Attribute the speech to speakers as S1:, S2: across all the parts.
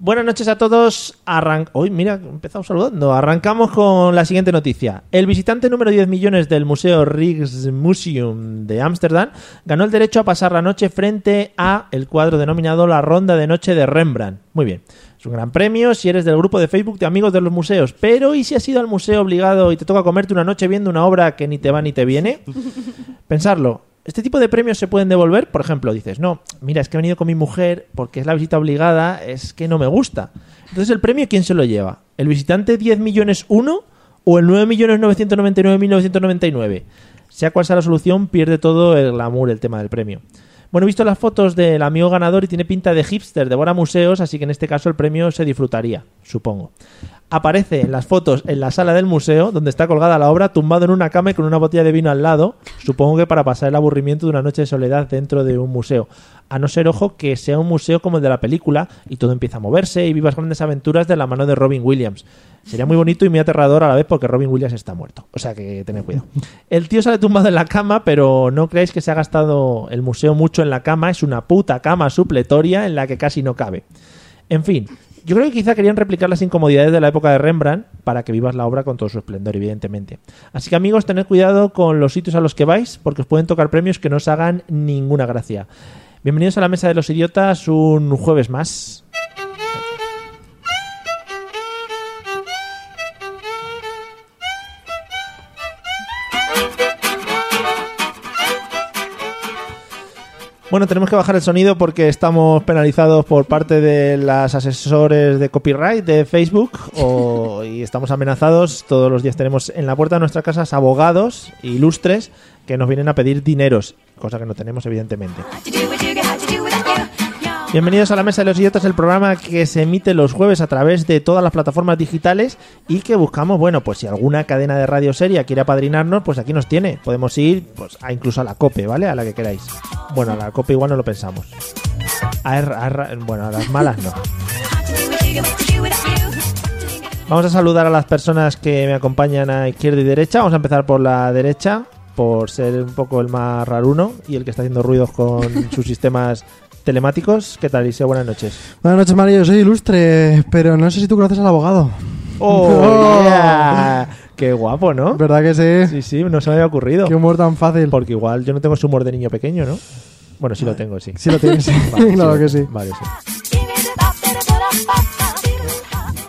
S1: Buenas noches a todos. Arran... Uy, mira, empezamos saludando. Arrancamos con la siguiente noticia. El visitante número 10 millones del Museo Rijksmuseum de Ámsterdam ganó el derecho a pasar la noche frente a el cuadro denominado La Ronda de Noche de Rembrandt. Muy bien. Es un gran premio si eres del grupo de Facebook de Amigos de los Museos. Pero ¿y si has ido al museo obligado y te toca comerte una noche viendo una obra que ni te va ni te viene? Pensarlo. Este tipo de premios se pueden devolver, por ejemplo, dices, no, mira, es que he venido con mi mujer porque es la visita obligada, es que no me gusta. Entonces, ¿el premio quién se lo lleva? ¿El visitante 10 millones 1 o el 9 millones 999.999? Sea cual sea la solución, pierde todo el glamour el tema del premio. Bueno, he visto las fotos del amigo ganador y tiene pinta de hipster, devora museos, así que en este caso el premio se disfrutaría, supongo. Aparece en las fotos en la sala del museo, donde está colgada la obra, tumbado en una cama y con una botella de vino al lado, supongo que para pasar el aburrimiento de una noche de soledad dentro de un museo. A no ser, ojo, que sea un museo como el de la película y todo empieza a moverse y vivas grandes aventuras de la mano de Robin Williams. Sería muy bonito y muy aterrador a la vez porque Robin Williams está muerto. O sea que tened cuidado. El tío sale tumbado en la cama, pero no creáis que se ha gastado el museo mucho en la cama. Es una puta cama supletoria en la que casi no cabe. En fin, yo creo que quizá querían replicar las incomodidades de la época de Rembrandt para que vivas la obra con todo su esplendor, evidentemente. Así que amigos, tened cuidado con los sitios a los que vais porque os pueden tocar premios que no os hagan ninguna gracia. Bienvenidos a la Mesa de los Idiotas un jueves más. Bueno, tenemos que bajar el sonido porque estamos penalizados por parte de las asesores de copyright de Facebook o- y estamos amenazados. Todos los días tenemos en la puerta de nuestras casas abogados ilustres que nos vienen a pedir dineros, cosa que no tenemos evidentemente. Bienvenidos a la Mesa de los Idiotas, el programa que se emite los jueves a través de todas las plataformas digitales y que buscamos, bueno, pues si alguna cadena de radio seria quiere apadrinarnos, pues aquí nos tiene. Podemos ir pues, a incluso a la COPE, ¿vale? A la que queráis. Bueno, a la COPE igual no lo pensamos. A R- a R- bueno, a las malas no. Vamos a saludar a las personas que me acompañan a izquierda y derecha. Vamos a empezar por la derecha, por ser un poco el más raruno y el que está haciendo ruidos con sus sistemas telemáticos. ¿Qué tal, Iseo? Buenas noches.
S2: Buenas noches, Mario. Yo soy ilustre, pero no sé si tú conoces al abogado.
S1: ¡Oh, yeah! ¡Qué guapo, ¿no?
S2: ¿Verdad que sí?
S1: Sí, sí, no se me había ocurrido.
S2: Qué humor tan fácil.
S1: Porque igual yo no tengo su humor de niño pequeño, ¿no? Bueno, sí lo tengo, sí.
S2: Sí lo tienes.
S1: Vale,
S2: claro
S1: lo-
S2: que sí.
S1: Vale, sí.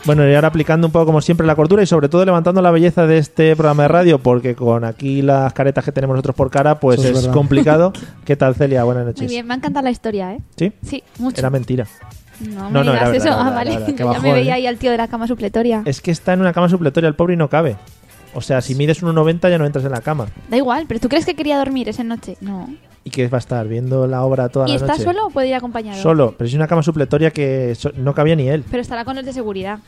S1: Bueno, y ahora aplicando un poco como siempre la cordura y sobre todo levantando la belleza de este programa de radio, porque con aquí las caretas que tenemos nosotros por cara, pues
S2: Eso es
S1: es,
S2: verdad.
S1: complicado. ¿Qué tal, Celia? Buenas noches.
S3: Muy bien, me ha encantado la historia, ¿eh?
S1: ¿Sí?
S3: Sí, mucho.
S1: Era mentira.
S3: No,
S1: No,
S3: me
S1: no, era
S3: digas
S1: verdad,
S3: eso.
S1: era
S3: Ah,
S1: verdad,
S3: vale.
S1: era verdad. Qué
S3: Yo ya
S1: bajón,
S3: me veía
S1: ¿eh?
S3: ahí al tío de la cama supletoria.
S1: Es que está en una cama supletoria, el pobre y no cabe. O sea, si mides 1,90 ya no entras en la cama.
S3: Da igual, pero ¿tú crees que quería dormir esa noche? No.
S1: ¿Y qué va a estar? ¿Viendo la obra toda
S3: ¿Y
S1: la
S3: está
S1: noche?
S3: solo o puede ir acompañado?
S1: Solo, pero es una cama supletoria que so- no cabía ni él.
S3: Pero estará con los de seguridad.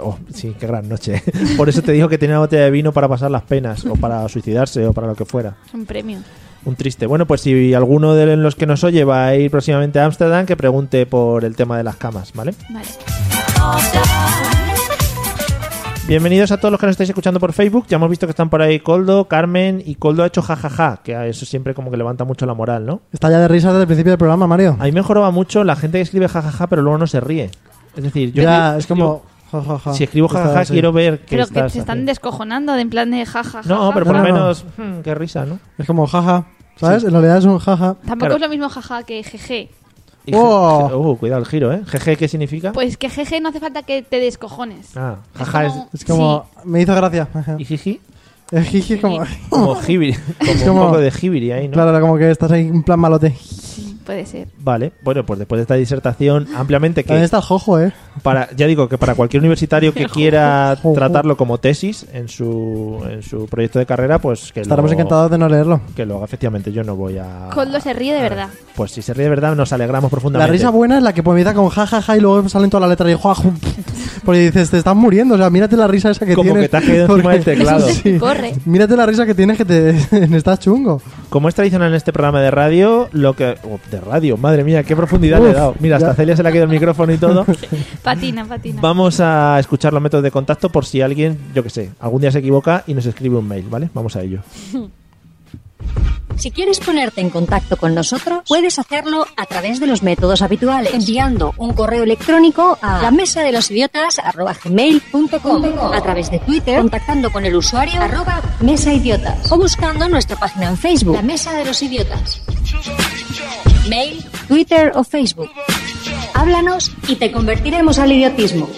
S1: Oh, sí, qué gran noche. Por eso te dijo que tenía una botella de vino para pasar las penas, o para suicidarse, o para lo que fuera.
S3: Es un premio.
S1: Un triste. Bueno, pues si alguno de los que nos oye va a ir próximamente a Ámsterdam, que pregunte por el tema de las camas, ¿vale?
S3: Vale.
S1: Bienvenidos a todos los que nos estáis escuchando por Facebook. Ya hemos visto que están por ahí Coldo, Carmen, y Coldo ha hecho jajaja, que a eso siempre como que levanta mucho la moral, ¿no?
S2: Está ya de risa desde el principio del programa, Mario.
S1: A mí me joroba mucho la gente que escribe jajaja, pero luego no se ríe. Es decir, yo escribo-
S2: ya, es como. ja, ja, ja.
S1: si escribo
S2: Está
S1: jajaja,
S2: así.
S1: quiero ver que
S3: Pero que
S1: estás
S3: se están
S1: haciendo.
S3: descojonando de en plan de jajaja.
S1: No, pero por
S2: No,
S1: lo
S2: no, no.
S1: menos, hmm, qué risa, ¿no?
S2: Es como jaja. ¿Sabes? En realidad es un jaja.
S3: Tampoco
S1: claro.
S3: es lo mismo jaja que jeje.
S1: Y je-
S2: ¡Oh!
S1: je- uh, cuidado el giro, ¿eh? Jeje, ¿qué significa?
S3: Pues que jeje no hace falta que te descojones.
S1: ah, jaja es...
S3: como-
S2: Es como. Me hizo gracia.
S1: ¿Y jiji?
S2: Es jiji, es como.
S1: Como jibiri, como, un
S2: como-
S1: poco de jibiri ahí, ¿no?
S2: Claro, era como que estás ahí en plan malote.
S3: puede ser.
S1: Vale, bueno, pues después de esta disertación ampliamente
S2: También
S1: que
S2: está el Jojo, ¿eh?
S1: para ya digo que para cualquier universitario que quiera
S2: Jojo.
S1: tratarlo como tesis en su en su proyecto de carrera, pues que
S2: Estaremos
S1: lo,
S2: encantados de no leerlo.
S1: que lo haga efectivamente, yo no voy a
S3: Coldo se ríe de verdad.
S1: Pues si se ríe de verdad nos alegramos
S2: La
S1: profundamente.
S2: risa buena es la que comienza con jajaja y luego salen toda la letra y jua, ju, Porque dices, te estás muriendo. O sea, mírate la risa esa que
S1: Como
S2: tienes.
S1: que te has caído encima del teclado.
S2: Sí.
S3: Corre.
S2: Mírate la risa que tienes que te estás chungo.
S1: Como es tradicional en este programa de radio, lo que oh, de radio, madre mía, qué profundidad
S2: Uf,
S1: le he dado. Mira, hasta
S2: ya.
S1: Celia se le ha quedado el micrófono y todo.
S3: Patina, patina.
S1: Vamos a escuchar los métodos de contacto por si alguien, yo que sé, algún día se equivoca y nos escribe un mail, ¿vale? Vamos a ello.
S4: Si quieres ponerte en contacto con nosotros, puedes hacerlo a través de los métodos habituales, enviando un correo electrónico a la mesa de los idiotas a través de Twitter, contactando con el usuario arroba mesa idiotas o buscando nuestra página en Facebook, la mesa de los idiotas. Mail, Twitter o Facebook. Háblanos y te convertiremos al idiotismo.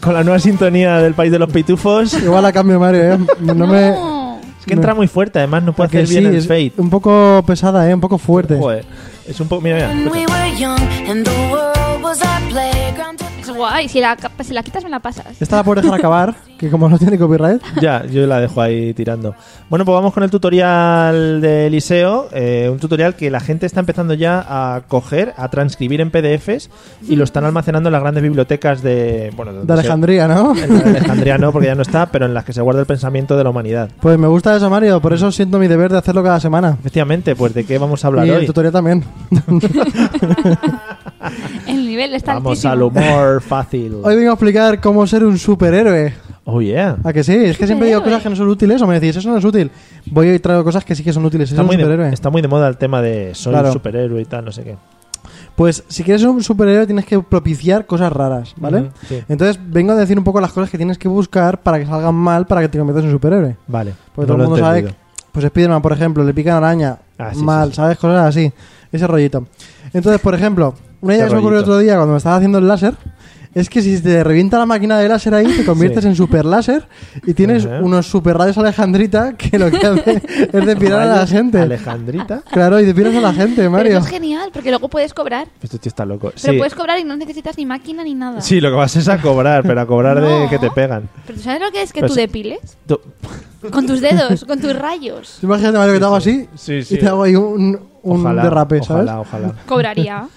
S1: Con la nueva sintonía del país de los pitufos. Es
S2: Igual a cambio, Mario, ¿eh? No me.
S3: No.
S1: que entra muy fuerte, además no puede
S2: porque
S1: hacer bien
S2: sí,
S1: el
S2: es
S1: fade.
S2: un poco pesada, ¿eh? Un poco fuerte.
S1: Joder, es un poco. Mira, mira.
S5: When we
S1: escucha.
S5: were young and the world was our playground.
S3: Es guay. Si la, capa- si la quitas, me la pasas.
S2: Esta la puedes dejar acabar, que como no tiene copyright.
S1: Ya, yo la dejo ahí tirando. Bueno, pues vamos con el tutorial de Eliseo. eh, un tutorial que la gente está empezando ya a coger, a transcribir en PDFs y lo están almacenando en las grandes bibliotecas de. Bueno, donde
S2: De
S1: sea-
S2: Alejandría, ¿no?
S1: en la de Alejandría no, porque ya no está, pero en las que se guarda el pensamiento de la humanidad.
S2: Pues me gusta eso, Mario. Por eso siento mi deber de hacerlo cada semana.
S1: Efectivamente, pues ¿de qué vamos a hablar
S2: Y el
S1: hoy?
S2: tutorial también.
S3: El nivel está
S1: Vamos
S3: altísimo.
S1: al humor fácil.
S2: Hoy vengo a explicar cómo ser un superhéroe.
S1: Oh yeah.
S2: ¿A que sí? Es que siempre digo eh.
S3: Superhéroe.
S2: cosas que no son útiles o me decís, eso no es útil. Voy y traigo cosas que sí que son útiles. ¿Eso
S1: Está
S2: es
S1: muy,
S2: un
S1: de,
S2: superhéroe?
S1: está muy de moda el tema de soy
S2: Claro.
S1: un superhéroe y tal, no sé qué.
S2: Pues si quieres ser un superhéroe tienes que propiciar cosas raras, ¿vale?
S1: Ujú, sí.
S2: Entonces vengo a decir un poco las cosas que tienes que buscar para que salgan mal para que te conviertas en superhéroe.
S1: Vale.
S2: Porque
S1: no
S2: todo el
S1: lo
S2: mundo
S1: he
S2: sabe,
S1: entendido.
S2: que- pues Spiderman, por ejemplo, le pican araña,
S1: Ah, sí,
S2: mal,
S1: sí, sí.
S2: ¿sabes? Cosas así, ese rollito. Entonces, por ejemplo, una
S1: Ese
S2: idea que se me ocurrió
S1: rollito.
S2: otro día cuando me estaba haciendo el láser, es que si te revienta la máquina de láser ahí, te conviertes
S1: Sí.
S2: en super láser y tienes
S1: Ajá.
S2: unos super rayos Alejandrita que lo que hace es depilar a la
S1: Rayos,
S2: gente.
S1: Alejandrita.
S2: Claro, y depilas a la gente,
S3: Pero
S2: Mario.
S3: eso es genial, porque luego puedes cobrar.
S1: Este tío está loco.
S3: Pero
S1: sí.
S3: puedes cobrar y no necesitas ni máquina ni
S2: Ah.
S3: nada.
S1: Sí, lo que vas es a cobrar, pero a cobrar de
S3: No.
S1: que te pegan.
S3: Pero ¿tú sabes lo que es que
S1: Pero
S3: tú
S1: sí.
S3: depiles?
S1: Tú-
S3: Con tus dedos, con tus rayos.
S2: Imagínate, Mario, que te hago así
S1: Sí, sí.
S2: y te hago ahí un, un
S1: ojalá,
S2: derrape, ¿sabes?
S1: ojalá, ojalá.
S3: Cobraría.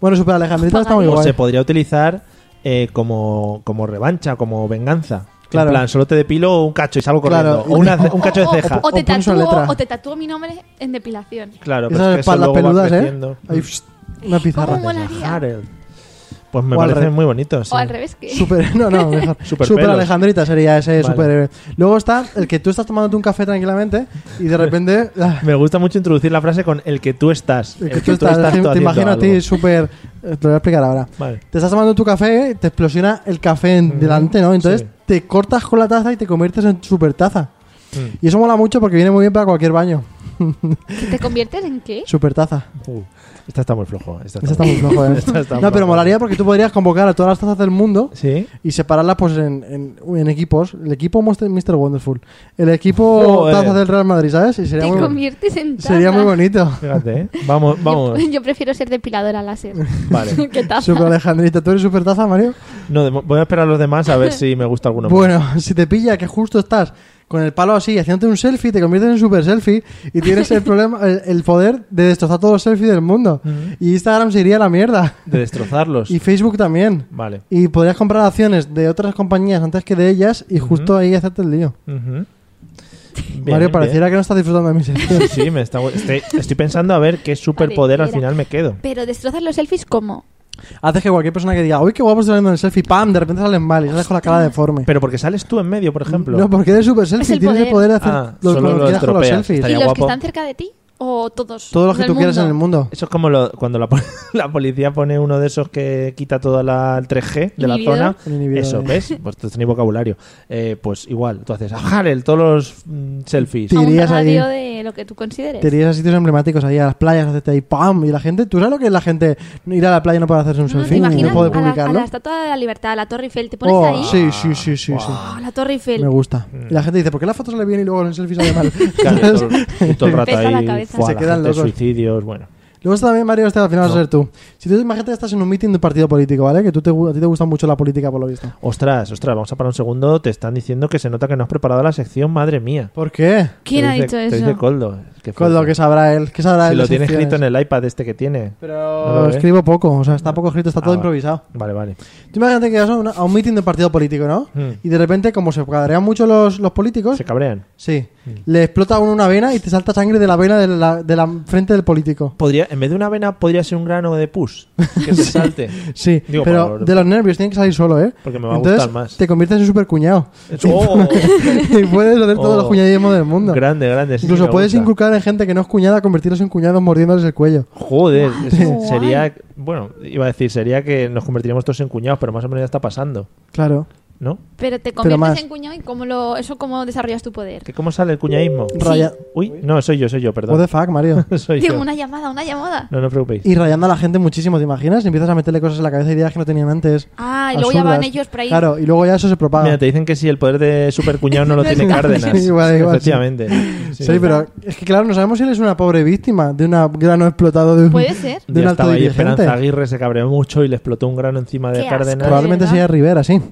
S2: Bueno, super Alejandrita está muy
S1: O se
S2: guay.
S1: podría utilizar eh, como, como revancha, como venganza.
S2: Claro.
S1: En plan, solo te depilo un cacho y salgo corriendo.
S2: Claro.
S1: O una ce- un cacho de
S3: O- o-
S1: ceja.
S3: O, te
S2: O pulso en
S3: tatúo,
S2: letra.
S3: o te tatúo mi nombre en depilación.
S1: Claro, pero
S2: Esas
S1: es que eso
S2: espaldas
S1: luego va
S2: peludas, ¿eh?
S1: creciendo.
S2: Ahí, pss, una pizarra.
S3: ¿Cómo mola?
S1: Harold. Pues me
S2: O al
S1: parecen
S2: revés.
S1: muy bonitos.
S3: O
S1: sí.
S3: al revés que...
S2: Super, no, no, mejor.
S1: Superpelos.
S2: Super, Alejandrita sería ese
S1: Vale.
S2: superhéroe. Luego está el que tú estás tomándote un café tranquilamente y de repente. ah,
S1: Me gusta mucho introducir la frase con el que tú estás.
S2: el que tú estás, te,
S1: tú
S2: te
S1: haciendo
S2: imagino a ti
S1: algo.
S2: súper. eh, Te lo voy a explicar ahora.
S1: Vale.
S2: Te estás tomando tu café, te explosiona el café en delante, ¿no? Entonces
S1: Mm, sí.
S2: te cortas con la taza y te conviertes en super taza.
S1: Mm.
S2: Y eso mola mucho porque viene muy bien para cualquier baño.
S3: ¿Que ¿Te conviertes en qué?
S2: Super taza.
S1: Uh, esta está muy flojo. Esta está
S2: Eso está
S1: muy-
S2: muy flojo, ¿eh?
S1: Esta está
S2: No, pero
S1: floja.
S2: molaría porque tú podrías convocar a todas las tazas del mundo
S1: Sí.
S2: y separarlas pues en, en- en equipos. El equipo Monster- Mr. Wonderful. El equipo
S1: Joder.
S2: Taza del Real Madrid, ¿sabes? Y sería
S3: Te
S2: muy,
S3: conviertes en taza.
S2: sería muy bonito.
S1: Fíjate, ¿eh? Vamos, vamos.
S3: Yo, yo prefiero ser depiladora láser.
S1: Vale.
S3: ¿Qué taza?
S2: Super Alejandrita, ¿tú eres super taza, Mario?
S1: No, de mo- voy a esperar a los demás a ver si me gusta alguno. más.
S2: bueno, si te pilla que justo estás con el palo así, haciéndote un selfie, te conviertes en super selfie y tienes el problema, el, el poder de destrozar todos los selfies del mundo. Y Instagram se iría a la mierda.
S1: De destrozarlos.
S2: Y Facebook también.
S1: Vale.
S2: Y podrías comprar acciones de otras compañías antes que de ellas y justo ahí hacerte el lío.
S1: Ujú. Bien,
S2: Mario,
S1: bien.
S2: pareciera que no estás disfrutando de mi sección.
S1: Sí, me está... estoy, estoy pensando a ver qué superpoder al final me quedo.
S3: Pero destrozas los selfies ¿cómo?
S2: Haces que cualquier persona que diga, uy, qué guapo estoy saliendo en el selfie, pam, de repente salen mal y sales con la cara deforme.
S1: Pero porque sales tú en medio, por ejemplo.
S2: No, pues- porque eres super selfie,
S3: el
S2: tienes el
S3: poder.
S2: poder de hacer
S1: Ah,
S2: los,
S1: solo
S2: lo que
S1: lo
S2: quieras con los
S1: estropeas.
S2: selfies.
S1: Estaría
S3: ¿Y los
S1: guapo.
S3: que están cerca de ti? O todos.
S2: Todo lo que
S3: del
S2: tú quieras en el mundo.
S1: Eso es como lo- cuando la, pol- la policía pone uno de esos que quita todo la, el 3G de la
S3: Inhibidor.
S1: zona.
S2: El inhibidor,
S1: Eso,
S2: eh.
S1: ¿ves? Pues tú tenéis vocabulario. Eh, pues igual, tú haces, ah, Harel, todos los mm, selfies.
S2: Sí.
S3: A un
S2: Dirías
S3: radio
S2: allí.
S3: de lo que tú consideres.
S2: Te irías a sitios emblemáticos ahí, a las playas, hacerte ahí, ¡pam! Y la gente, ¿tú sabes lo que es la gente ir a la playa y no poder hacerse un
S3: No, no, ¿Te
S2: selfie?
S3: imaginas
S2: no poder
S3: a, la, a
S2: publicarlo.
S3: la Estatua de la Libertad, a la Torre Eiffel? ¿Te pones
S2: Oh,
S3: ahí?
S2: Sí, sí, sí, sí, sí.
S3: Oh, la Torre Eiffel.
S2: Me gusta. Y la gente dice, ¿por qué la foto sale bien y luego el selfie sale mal?
S1: Mm. Claro,
S2: Entonces,
S1: todo, el- y todo el rato
S3: Pesa la
S1: ahí,
S3: cabeza.
S1: fuá,
S2: Se
S1: la
S2: quedan
S1: gente,
S2: locos.
S1: suicidios, bueno.
S2: Luego está también, Mario, este al final vas a ser tú. Si tú imagínate que estás en un meeting de un partido político, ¿vale? Que tú te, gu- a ti te gusta mucho la política, por lo visto.
S1: Ostras, ostras, vamos a parar un segundo. Te están diciendo que se nota que no has preparado la sección, madre mía.
S2: ¿Por qué?
S3: ¿Quién
S1: Te
S3: ha
S1: dice-
S3: dicho
S1: te
S3: eso?
S1: dice Coldo. Qué
S2: Con lo
S1: fuerte.
S2: que sabrá él. ¿Qué sabrá
S1: Si
S2: él?
S1: lo
S2: de
S1: tiene
S2: secciones?
S1: escrito en el iPad este que tiene.
S2: Pero
S1: No lo ves.
S2: escribo poco, o sea, está poco escrito, está todo
S1: Ah,
S2: improvisado.
S1: Vale, vale.
S2: Tú imagínate que vas a, una- a un meeting de un partido político, ¿no?
S1: Hmm.
S2: Y de repente, como se cuadrean mucho los, los políticos,
S1: Se Hmm. cabrean.
S2: sí, le explota a uno una vena y te salta sangre de la vena de la, de la frente del político.
S1: Podría, en vez de una vena, podría ser un grano de pus. Que se salte.
S2: Sí,
S1: Digo,
S2: pero
S1: por-
S2: de los nervios tienen que salir solo, ¿eh?
S1: Porque me va a
S2: Entonces,
S1: gustar más.
S2: te conviertes en super cuñado.
S1: ¡Oh!
S2: y puedes hacer todos
S1: Oh.
S2: los cuñadismos del mundo.
S1: grande, grande. sí,
S2: Incluso
S1: me
S2: puedes
S1: gusta.
S2: inculcar en gente que no es cuñada, convertirlos en cuñados mordiéndoles el cuello.
S1: Joder, es-
S3: Guau.
S1: sería. Bueno, iba a decir, sería que nos convertiríamos todos en cuñados, pero más o menos ya está pasando,
S2: Claro.
S1: ¿no?
S3: Pero te conviertes
S2: más.
S3: en cuñado y cómo lo, eso cómo desarrollas tu poder.
S1: ¿Que ¿Cómo sale el cuñadismo?
S2: Raya-
S1: Uy, no, soy yo, soy yo,
S2: What the
S1: perdón.
S2: fuck, Mario.
S1: soy
S3: Tengo
S1: yo.
S3: una llamada, una llamada.
S1: No, no os preocupéis.
S2: Y rayando a la gente muchísimo, ¿te imaginas? Y empiezas a meterle cosas en la cabeza y ideas que no tenían antes.
S3: Ah, y luego ya
S2: Absurdas.
S3: van ellos por ahí.
S2: Claro, y luego ya eso se propaga.
S1: Mira, te dicen que si el poder de supercuñado no lo tiene Cárdenas.
S2: Sí, igual, igual, sí.
S1: Efectivamente.
S2: Sí, pero es que claro, no sabemos si él es una pobre víctima de un grano explotado de un,
S3: Puede ser.
S2: de un
S1: ya
S2: alto
S1: estaba ahí Esperanza
S2: dirigente.
S1: Aguirre, se cabreó mucho y le explotó un grano encima de
S3: Qué asco.
S1: Cárdenas.
S2: Probablemente
S3: ¿verdad?
S2: sea Rivera, sí.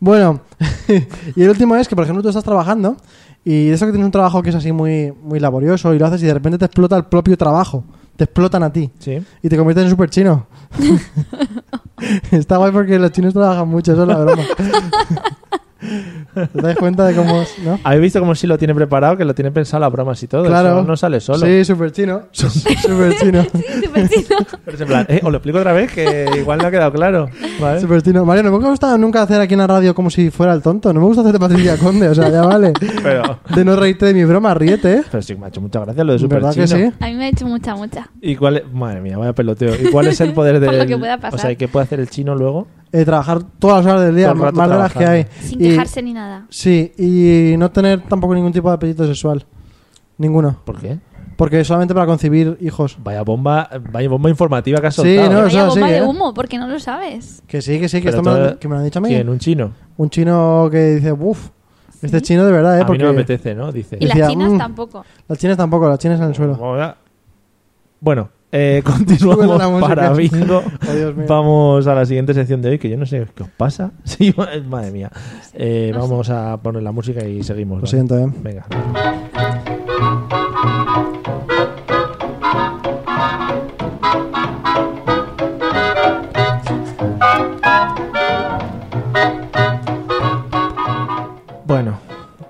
S2: Bueno, y el último es que, por ejemplo, tú estás trabajando y eso que tienes un trabajo que es así muy, muy laborioso y lo haces y de repente te explota el propio trabajo. Te explotan a ti
S1: Sí.
S2: y te conviertes en super chino. Está guay porque los chinos trabajan mucho, eso es la broma. ¿Te das cuenta de cómo es, no?
S1: ¿Habéis visto cómo sí lo tiene preparado? Que lo tiene pensado las bromas y todo.
S2: Claro.
S1: Eso no sale solo.
S2: Sí, super chino. super chino.
S3: Sí, te persigo.
S1: Pero es en plan, eh, os lo explico otra vez que igual no ha quedado claro. ¿vale?
S2: Super chino. Mario, no me gusta nunca hacer aquí en la radio como si fuera el tonto. No me gusta hacerte Patricia Conde, o sea, ya vale.
S1: Pero,
S2: De no reírte de mi broma, ríete, ¿eh?
S1: pero sí, macho, muchas gracias lo de Super
S2: ¿Verdad
S1: Chino.
S2: que sí?
S3: A mí me ha hecho mucha, mucha.
S1: ¿Y cuál es- madre mía, vaya peloteo. ¿Y cuál es el poder de
S3: Por lo que pueda pasar.
S1: O sea, ¿y ¿qué puede hacer el chino luego?
S2: Eh, trabajar todas las horas del día,
S1: Todo el
S2: ma-
S1: rato
S2: más de las que hay.
S1: trabajando.
S3: Sin
S2: Y-
S3: quejarse ni nada.
S2: Sí, y no tener tampoco ningún tipo de apetito sexual. Ninguno.
S1: ¿Por qué?
S2: Porque solamente para concebir hijos.
S1: Vaya bomba, vaya bomba informativa que has
S2: Sí,
S1: soltado.
S2: no,
S1: ¿eh?
S2: o sea,
S3: Vaya bomba
S2: sí,
S3: de
S2: ¿eh?
S3: humo, porque no lo sabes.
S2: Que sí, que sí, que
S1: Pero
S2: esto me lo,
S1: todo-
S2: han- que me lo han dicho a mí.
S1: ¿Quién? ¿Un chino?
S2: Un chino que dice, uff, este chino de verdad, ¿eh?
S1: A mí
S2: Porque
S1: no me apetece, ¿no? Dice.
S3: Y
S2: Decía,
S3: las chinas
S2: mm.
S3: tampoco.
S2: Las chinas tampoco, las chinas en el suelo.
S1: Hola. Bueno, eh,
S2: Sube la
S1: continuamos
S2: música.
S1: para bingo.
S2: Oh, Dios mío.
S1: Vamos a la siguiente sección de hoy, que yo no sé qué os pasa. Sí, madre mía. Eh, vamos a poner la música y seguimos.
S2: Lo
S1: ¿vale?
S2: siento, ¿eh?
S1: Venga. Bueno,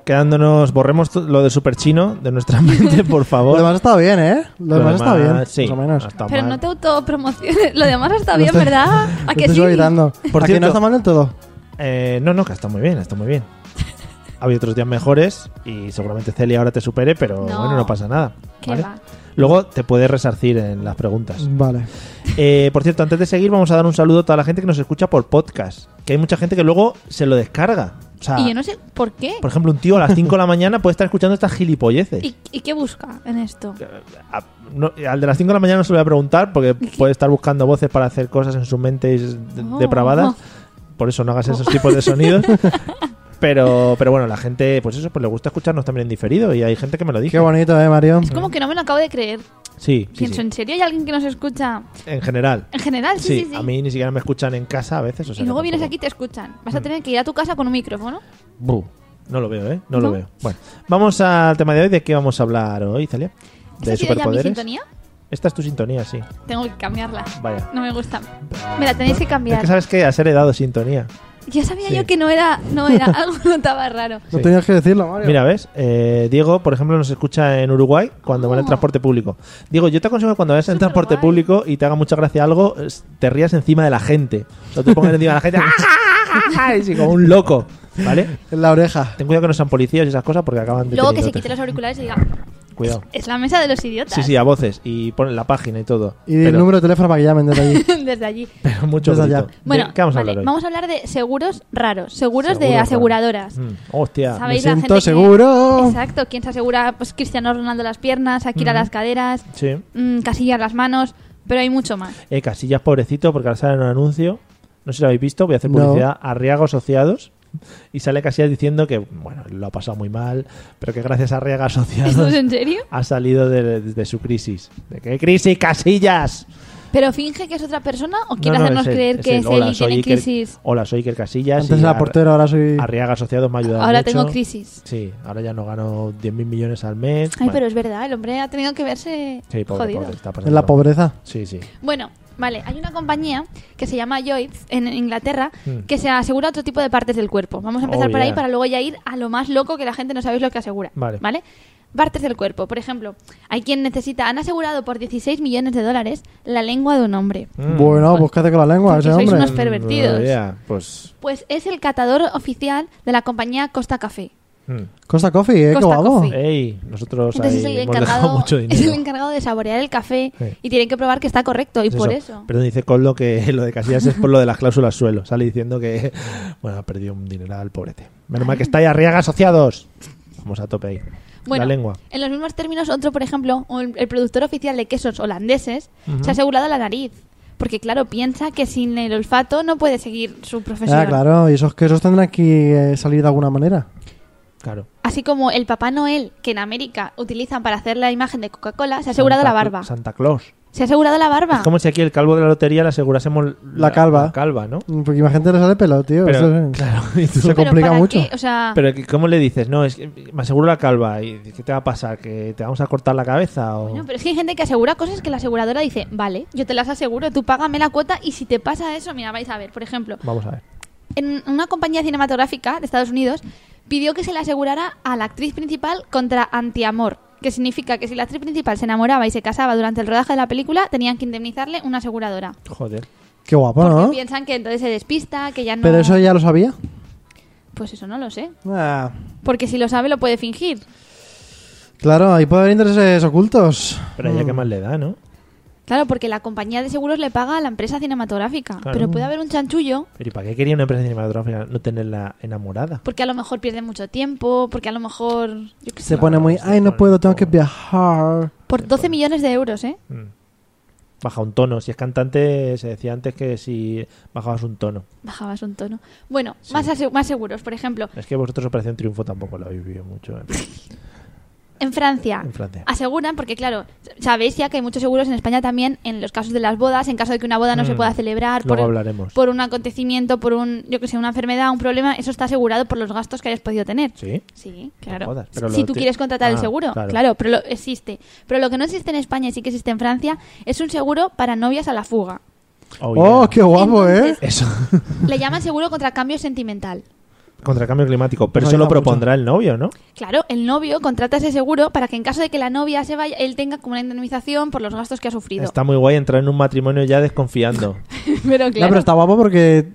S1: quedándonos, borremos to- lo de super chino de nuestra mente, por
S2: Lo
S1: favor.
S2: demás está bien, ¿eh? Lo, demás, está bien,
S1: sí,
S2: más o menos.
S1: ha estado
S3: Pero
S1: mal.
S3: no te autopromociones. Lo demás está
S2: Lo
S3: bien,
S2: estoy-
S3: ¿verdad? ¿A
S2: Lo
S3: que
S2: estoy
S3: sí?
S2: suavizando.
S1: Por
S2: Aquí
S1: cierto-
S2: no está mal del todo.
S1: Eh, no, no, que está muy bien, está muy bien. Ha habido otros días mejores y seguramente Celia ahora te supere, pero
S3: No.
S1: bueno, no pasa nada.
S3: ¿Qué
S1: ¿vale?
S3: va?
S1: Luego te puedes resarcir en las preguntas.
S2: Vale.
S1: Eh, por cierto, antes de seguir, vamos a dar un saludo a toda la gente que nos escucha por podcast. Que hay mucha gente que luego se lo descarga. O sea,
S3: Y yo no sé por qué.
S1: por ejemplo, un tío a las 5 de la mañana puede estar escuchando estas gilipolleces.
S3: ¿Y, y qué busca en esto?
S1: A- no, al de las 5 de la mañana no se lo voy a preguntar porque puede estar buscando voces para hacer cosas en sus mentes de-
S3: Oh.
S1: depravadas. Por eso no hagas esos tipos de sonidos. Pero, pero bueno, la gente, pues eso, pues le gusta escucharnos también en diferido y hay gente que me lo dice.
S2: Qué bonito, ¿eh, Mario?
S3: Es como que no me lo acabo de creer.
S1: Sí, sí,
S3: Pienso,
S1: sí.
S3: ¿en serio hay alguien que nos escucha?
S1: En general.
S3: En general, sí,
S1: Sí,
S3: sí, sí.
S1: a mí ni siquiera me escuchan en casa a veces. O sea,
S3: Y luego
S1: que
S3: vienes aquí
S1: tampoco-
S3: y te escuchan.
S1: Mm.
S3: Vas a tener que ir a tu casa con un micrófono.
S1: Bu, No lo veo, ¿eh? No, lo
S3: No.
S1: veo. Bueno, vamos al tema de hoy. ¿De qué vamos a hablar hoy, Celia?
S3: ¿Esta ha
S1: ¿De
S3: sido ya mi
S1: superpoderes?
S3: sintonía?
S1: Esta es tu sintonía, sí.
S3: Tengo que cambiarla.
S1: Vaya.
S3: No me gusta. Me la tenéis que
S1: Es
S3: cambiar.
S1: que sabes que has heredado sintonía.
S3: Ya sabía
S1: Sí.
S3: yo que no era, no era, algo no estaba raro.
S2: No
S1: Sí.
S2: tenías que decirlo, Mario.
S1: Mira, ¿ves? Eh, Diego, por ejemplo, nos escucha en Uruguay cuando va en el
S3: Ah.
S1: transporte público. Diego, yo te aconsejo que cuando vayas en
S3: Súper
S1: transporte
S3: guay.
S1: público y te haga mucha gracia algo, es- te rías encima de la gente. No te pongas encima de la gente y así como un loco, ¿vale?
S2: En la oreja.
S1: Ten cuidado que no sean policías y esas cosas porque acaban de
S3: Luego que se quite los auriculares y diga,
S1: Cuidado.
S3: Es la mesa de los idiotas.
S1: Sí, sí, a voces. Y ponen la página y todo.
S2: Y el
S1: Pero-
S2: número de teléfono para que llamen desde allí.
S3: Desde allí.
S1: Pero mucho
S2: Desde
S1: grito.
S2: allá.
S1: ¿De
S3: Bueno,
S1: ¿Qué vamos a
S3: vale,
S1: hablar hoy?
S3: vamos a hablar de seguros raros, seguros de
S1: Seguros
S3: aseguradoras.
S1: Mm, hostia.
S3: ¿Sabéis
S2: Me
S3: la
S2: siento
S3: gente que-
S2: seguro.
S3: Exacto, quién se asegura, pues Cristiano Ronaldo las piernas, Akira
S1: Ujú.
S3: las caderas,
S1: Sí.
S3: mm, Casillas las manos, pero hay mucho más.
S1: Eh, Casillas, pobrecito, porque ahora sale un anuncio. No sé si lo habéis visto, voy a hacer
S2: No.
S1: publicidad. Arriaga Asociados. Y sale Casillas diciendo que, bueno, lo ha pasado muy mal, pero que gracias a Arriaga
S3: ¿Esto
S1: Asociados
S3: es en serio?
S1: ha salido de, de su crisis. ¿De qué crisis, Casillas?
S3: ¿Pero finge que es otra persona o quiere
S1: No, no,
S3: hacernos
S1: él,
S3: creer que
S1: él.
S3: es
S1: Hola,
S3: él y
S1: soy
S3: tiene
S1: Iker-
S3: crisis?
S1: Hola, soy Iker Casillas.
S2: Antes
S1: y
S2: era
S1: Ar-
S2: portero, ahora soy.
S1: Arriaga Asociados me ha ayudado
S3: Ahora
S1: mucho.
S3: tengo crisis.
S1: Sí, ahora ya no gano 10.000 millones al mes.
S3: Ay,
S1: Bueno,
S3: pero es verdad, el hombre ha tenido que verse
S1: Sí, pobre,
S3: jodido.
S1: pobre, está pasando
S2: Es la
S1: mal.
S2: pobreza.
S1: Sí, sí.
S3: Bueno, vale, hay una compañía que se llama Lloyds en Inglaterra
S1: Hmm.
S3: que se asegura otro tipo de partes del cuerpo. Vamos a empezar
S1: Oh,
S3: por ahí
S1: yeah.
S3: para luego ya ir a lo más loco que la gente no sabéis lo que asegura.
S1: Vale.
S3: Partes del cuerpo. Por ejemplo, hay quien necesita, han asegurado por 16 millones de dólares la lengua de un hombre.
S1: Mm.
S2: Bueno, pues qué hace con la lengua
S3: Porque
S2: ese
S3: sois
S2: hombre.
S3: unos pervertidos.
S1: Ya, pues.
S3: Pues es el catador oficial de la compañía Costa Café.
S1: mm.
S2: Costa Coffee, eh, qué
S3: Costa
S2: guapo.
S3: Coffee.
S1: Ey, nosotros
S3: Entonces es
S1: pues ahí
S3: el,
S1: hemos dejado
S3: encargado,
S1: mucho
S3: es el
S1: dinero.
S3: encargado de saborear el café
S1: Sí.
S3: y tienen que probar que está correcto y
S1: Es
S3: por eso.
S1: Perdón, dice con lo que lo de Casillas es por lo de las cláusulas suelo. Sale diciendo que, bueno, ha perdido un dineral, pobrete. Menos mal que está ahí Arriaga Asociados. Vamos a tope ahí.
S3: Bueno,
S1: la lengua.
S3: en los mismos términos, otro, por ejemplo, un- el productor oficial de quesos holandeses
S1: Ujú.
S3: se ha asegurado la nariz. Porque, claro, piensa que sin el olfato no puede seguir su profesión.
S2: Ah, claro, y esos quesos tendrán que eh, salir de alguna manera.
S1: Claro.
S3: Así como el Papá Noel, que en América utilizan para hacer la imagen de Coca-Cola, se ha asegurado
S1: Santa
S3: la barba.
S1: Cla- Santa Claus.
S3: Se ha asegurado la barba.
S1: Es como si aquí el calvo de la lotería le asegurásemos
S2: La calva.
S1: La calva, ¿no?
S2: Mm, Porque imagínate le sale pelo, tío.
S1: Pero,
S2: Eso es-
S1: claro, y tú-
S2: se
S3: Pero
S2: complica
S3: ¿para
S2: mucho.
S3: qué? O sea,
S1: pero que- ¿cómo le dices? No, es que me aseguro la calva. ¿Y qué te va a pasar? ¿Que te vamos a cortar la cabeza? O...
S3: no, pero es que hay gente que asegura cosas que la aseguradora dice, vale, yo te las aseguro, tú págame la cuota y si te pasa eso, mira, vais a ver, por ejemplo,
S1: Vamos a ver.
S3: en una compañía cinematográfica de Estados Unidos pidió que se le asegurara a la actriz principal contra antiamor, que significa que si la actriz principal se enamoraba y se casaba durante el rodaje de la película, tenían que indemnizarle una aseguradora.
S1: Joder.
S2: Qué guapo,
S3: Porque
S2: ¿no?
S3: piensan que entonces se despista, que ya no...
S2: Ah. Pero eso ya lo sabía.
S3: Pues eso no lo sé.
S2: Ah,
S3: Porque si lo sabe lo puede fingir.
S2: claro, ahí puede haber intereses ocultos.
S1: Pero ya
S2: Mm.
S1: que más le da, ¿no?
S3: Claro, porque la compañía de seguros le paga a la empresa cinematográfica.
S1: Claro.
S3: Pero puede haber un chanchullo
S1: Pero ¿y para qué quería una empresa cinematográfica no tenerla enamorada?
S3: porque a lo mejor pierde mucho tiempo, porque a lo mejor... yo qué sé,
S2: Se pone muy,
S1: se
S2: ay, no
S1: pone
S2: puedo, tengo que
S1: como-
S2: viajar.
S3: por 12 millones de euros, ¿eh?
S1: Mm. Baja un tono. Si es cantante, se decía antes que si bajabas un tono.
S3: Bajabas un tono. Bueno,
S1: Sí.
S3: más, ase- más seguros. Por ejemplo,
S1: Es que vosotros Operación Triunfo tampoco lo habéis vivido mucho en,
S3: En Francia.
S1: en Francia.
S3: Aseguran, porque claro, sabéis ya que hay muchos seguros en España también en los casos de las bodas, en caso de que una boda no se
S1: Mm.
S3: pueda celebrar por,
S1: Luego hablaremos.
S3: por un acontecimiento, por un, yo que sé, una enfermedad, un problema, eso está asegurado por los gastos que hayas podido tener.
S1: ¿Sí?
S3: Sí, claro.
S1: jodas, pero
S3: si
S1: lo
S3: tú
S1: ti-
S3: quieres contratar el
S1: Ah,
S3: seguro,
S1: claro.
S3: claro, pero lo, existe. Pero lo que no existe en España y sí que existe en Francia es un seguro para novias a la fuga.
S1: Oh,
S2: Oh,
S1: yeah.
S2: qué guapo,
S3: Entonces,
S2: ¿eh?
S1: Eso.
S3: Le llaman seguro contra cambio sentimental.
S1: Contra el cambio climático. Pero
S2: Nos
S1: eso lo
S2: ayuda mucho.
S1: propondrá el novio, ¿no?
S3: Claro, el novio contrata ese seguro para que en caso de que la novia se vaya, él tenga como una indemnización por los gastos que ha sufrido.
S1: Está muy guay entrar en un matrimonio ya desconfiando.
S3: Pero
S2: No,
S3: claro.
S2: pero está guapo porque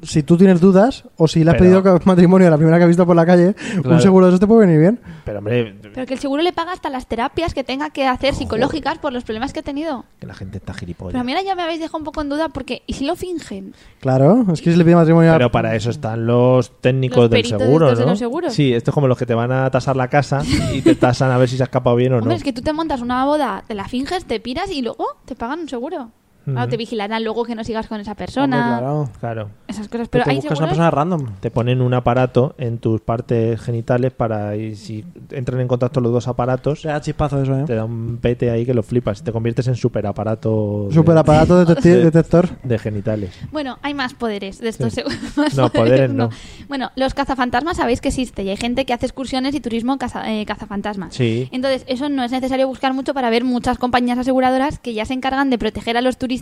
S2: si tú tienes dudas o si le has
S1: Pero-
S2: pedido matrimonio a la primera que has visto por la calle,
S1: Claro.
S2: un seguro de eso te puede venir bien.
S1: Pero hombre,
S3: Pero que el seguro le paga hasta las terapias que tenga que hacer psicológicas por los problemas que ha tenido.
S1: que la gente está
S3: Pero a
S1: gilipollas.
S3: mí ahora ya me habéis dejado un poco en duda porque ¿y si lo fingen?
S2: Claro, es que si le pide matrimonio a...
S1: Pero para eso están los técnicos
S3: Los
S1: del
S3: peritos
S1: seguro, ¿no?
S3: estos de los seguros.
S1: Sí, esto es como los que te van a tasar la casa y te tasan a ver si se ha escapado bien o no.
S3: Hombre, es que tú te montas una boda, te la finges, te piras y luego te pagan un seguro. Claro, te vigilarán luego que no sigas con esa
S2: Hombre,
S3: persona.
S2: claro.
S1: Claro.
S3: Esas cosas, pero
S2: te
S3: hay
S2: buscas
S3: seguros...
S2: una persona random.
S1: te ponen un aparato en tus partes genitales para y si entran en contacto los dos aparatos
S2: Te da chispazo eso,
S1: te
S2: ¿eh?
S1: da un pete ahí que lo flipas y te conviertes en superaparato de-
S2: Super aparato
S1: Sí.
S2: detector.
S1: de, genitales
S3: Bueno, hay más poderes de estos
S1: Sí.
S3: seguros. Más
S1: No, poderes no.
S3: Bueno, los cazafantasmas sabéis que existe y hay gente que hace excursiones y turismo caza- eh, cazafantasmas.
S1: sí
S3: Entonces, eso no es necesario buscar mucho para ver muchas compañías aseguradoras que ya se encargan de proteger a los turistas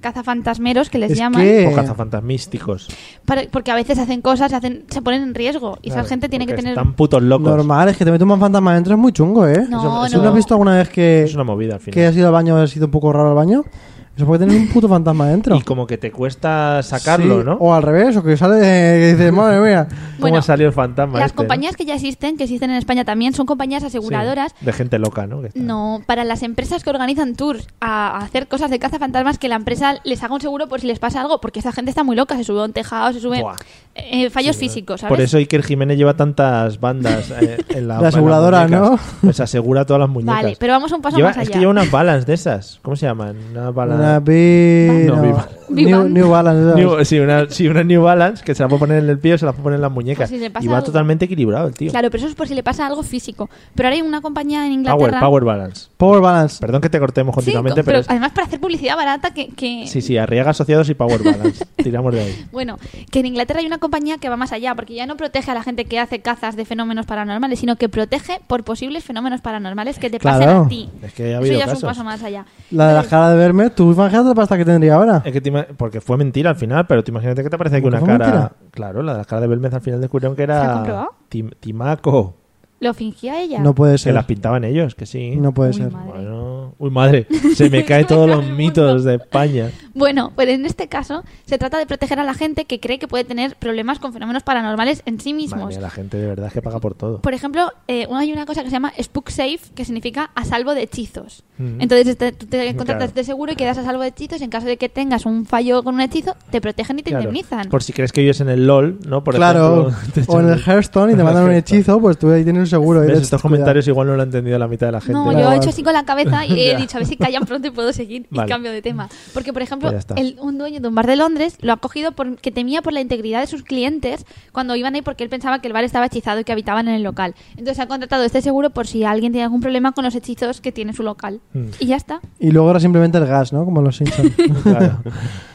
S3: cazafantasmeros, que les
S2: Es
S3: llaman,
S2: que-
S1: o cazafantasmísticos
S3: para- porque a veces hacen cosas, hacen, se ponen en riesgo y
S1: Claro,
S3: esa gente tiene que
S1: porque
S3: tener...
S1: están putos locos
S2: Normal, es que te mete un fantasma adentro, es muy chungo, ¿eh?
S3: No,
S2: ¿Tú
S3: no.
S2: no has visto alguna vez que,
S1: es una movida al
S2: que
S1: final
S2: has ido al baño, has sido un poco raro al baño? Eso puede tener un puto fantasma dentro.
S1: Y como que te cuesta sacarlo,
S2: Sí,
S1: ¿no?
S2: O al revés, o que sale de, que dices, madre mía.
S1: ¿Cómo
S3: Bueno,
S1: ha salido el fantasma?
S3: Las
S1: este, no?
S3: compañías que ya existen, que existen en España también, son compañías
S1: Sí,
S3: aseguradoras.
S1: de gente loca, ¿no? Que está-
S3: No, para las empresas que organizan tours a a hacer cosas de cazafantasmas, que la empresa les haga un seguro por si les pasa algo, porque esa gente está muy loca, se sube a un tejado, se sube
S1: Buah.
S3: eh, fallos físicos, ¿sabes?
S1: Por eso Iker Jiménez lleva tantas bandas eh, en la
S2: La aseguradora,
S1: en las
S2: ¿no?
S1: muñecas. Pues asegura todas las muñecas.
S3: Vale, pero vamos un paso
S1: Lleva-
S3: más
S1: Es
S3: allá.
S1: que lleva unas balas de esas. ¿Cómo se llaman? Una bala...
S2: Una vi-
S1: No,
S2: no,
S1: viva.
S2: New,
S3: Vivan.
S2: New Balance. ¿sabes?
S1: New- sí, una, sí, una New Balance que se la puede poner en el pie o se la puede poner en las muñecas.
S3: Pues si le pasa
S1: y va
S3: algo.
S1: totalmente equilibrado el tío.
S3: Claro, pero eso es por si le pasa algo físico. Pero ahora hay una compañía en
S1: power,
S3: Inglaterra.
S1: power Balance.
S2: Power Balance.
S1: Perdón que te cortemos
S3: Sí, co-
S1: continuamente,
S3: pero,
S1: pero, es-
S3: además para hacer publicidad barata que... que-
S1: Sí, sí, Arriaga Asociados y Power Balance. Tiramos de ahí.
S3: Bueno, que en Inglaterra hay una compañía que va más allá, porque ya no protege a la gente que hace cazas de fenómenos paranormales, sino que protege por posibles fenómenos paranormales que te pasen
S2: Claro.
S3: a ti.
S1: Es que ha
S3: Eso
S1: habido
S3: ya es
S1: casos.
S3: un paso más allá.
S2: La de la
S3: Entonces,
S2: cara de verme, tú imagínate la pasta que tendría ahora.
S1: Es que te ima- porque fue mentira al final, pero te imagínate que te aparece aquí
S2: ¿Por qué
S1: una
S2: fue
S1: cara.
S2: mentira?
S1: Claro, la de la cara de Belmez al final descubrieron que
S3: ¿Se ha
S1: era
S3: comprobado?
S1: Tim- Timaco,
S3: ¿Lo fingía ella?
S2: No puede
S1: que
S2: ser.
S1: las pintaban ellos, que sí.
S2: No puede
S3: Uy,
S2: ser.
S3: madre.
S1: Bueno, uy, madre, se me caen todos los mitos de España.
S3: Bueno, pues en este caso se trata de proteger a la gente que cree que puede tener problemas con fenómenos paranormales en sí
S1: Madre
S3: mismos.
S1: mía, la gente de verdad es que paga por todo.
S3: Por ejemplo, eh, hay una cosa que se llama Spook Safe, que significa a salvo de hechizos.
S1: Ujú.
S3: Entonces este- tú te
S1: Mm.
S3: contratas
S1: Claro.
S3: de seguro y quedas a salvo de hechizos. y En caso de que tengas un fallo con un hechizo, te protegen y te
S1: Claro.
S3: indemnizan.
S1: Por si crees que vives en el LOL, ¿no? Por
S2: claro.
S1: ejemplo, te
S2: o en el
S1: echan-
S2: Hearthstone y te
S1: En el
S2: mandan un
S1: Hearthstone.
S2: hechizo, pues tú ahí tienes un seguro. ahí
S1: ¿Ves?
S2: les-
S1: Estos
S2: cuidado.
S1: comentarios igual no lo ha entendido la mitad de la gente.
S3: No,
S1: Vale,
S3: yo he
S2: Vale.
S3: hecho así con la cabeza y he
S1: Ya.
S3: dicho, a ver si callan pronto y puedo seguir.
S1: Vale.
S3: Y cambio de tema. Porque, por ejemplo,
S1: Pues ya está.
S3: el- un dueño de un bar de Londres lo ha cogido porque temía por la integridad de sus clientes cuando iban ahí porque él pensaba que el bar estaba hechizado y que habitaban en el local. Entonces ha contratado este seguro por si alguien tiene algún problema con los hechizos que tiene su local.
S1: Mm.
S3: Y ya está.
S2: Y luego era simplemente el gas, ¿no? Como los Simpsons.
S1: Claro.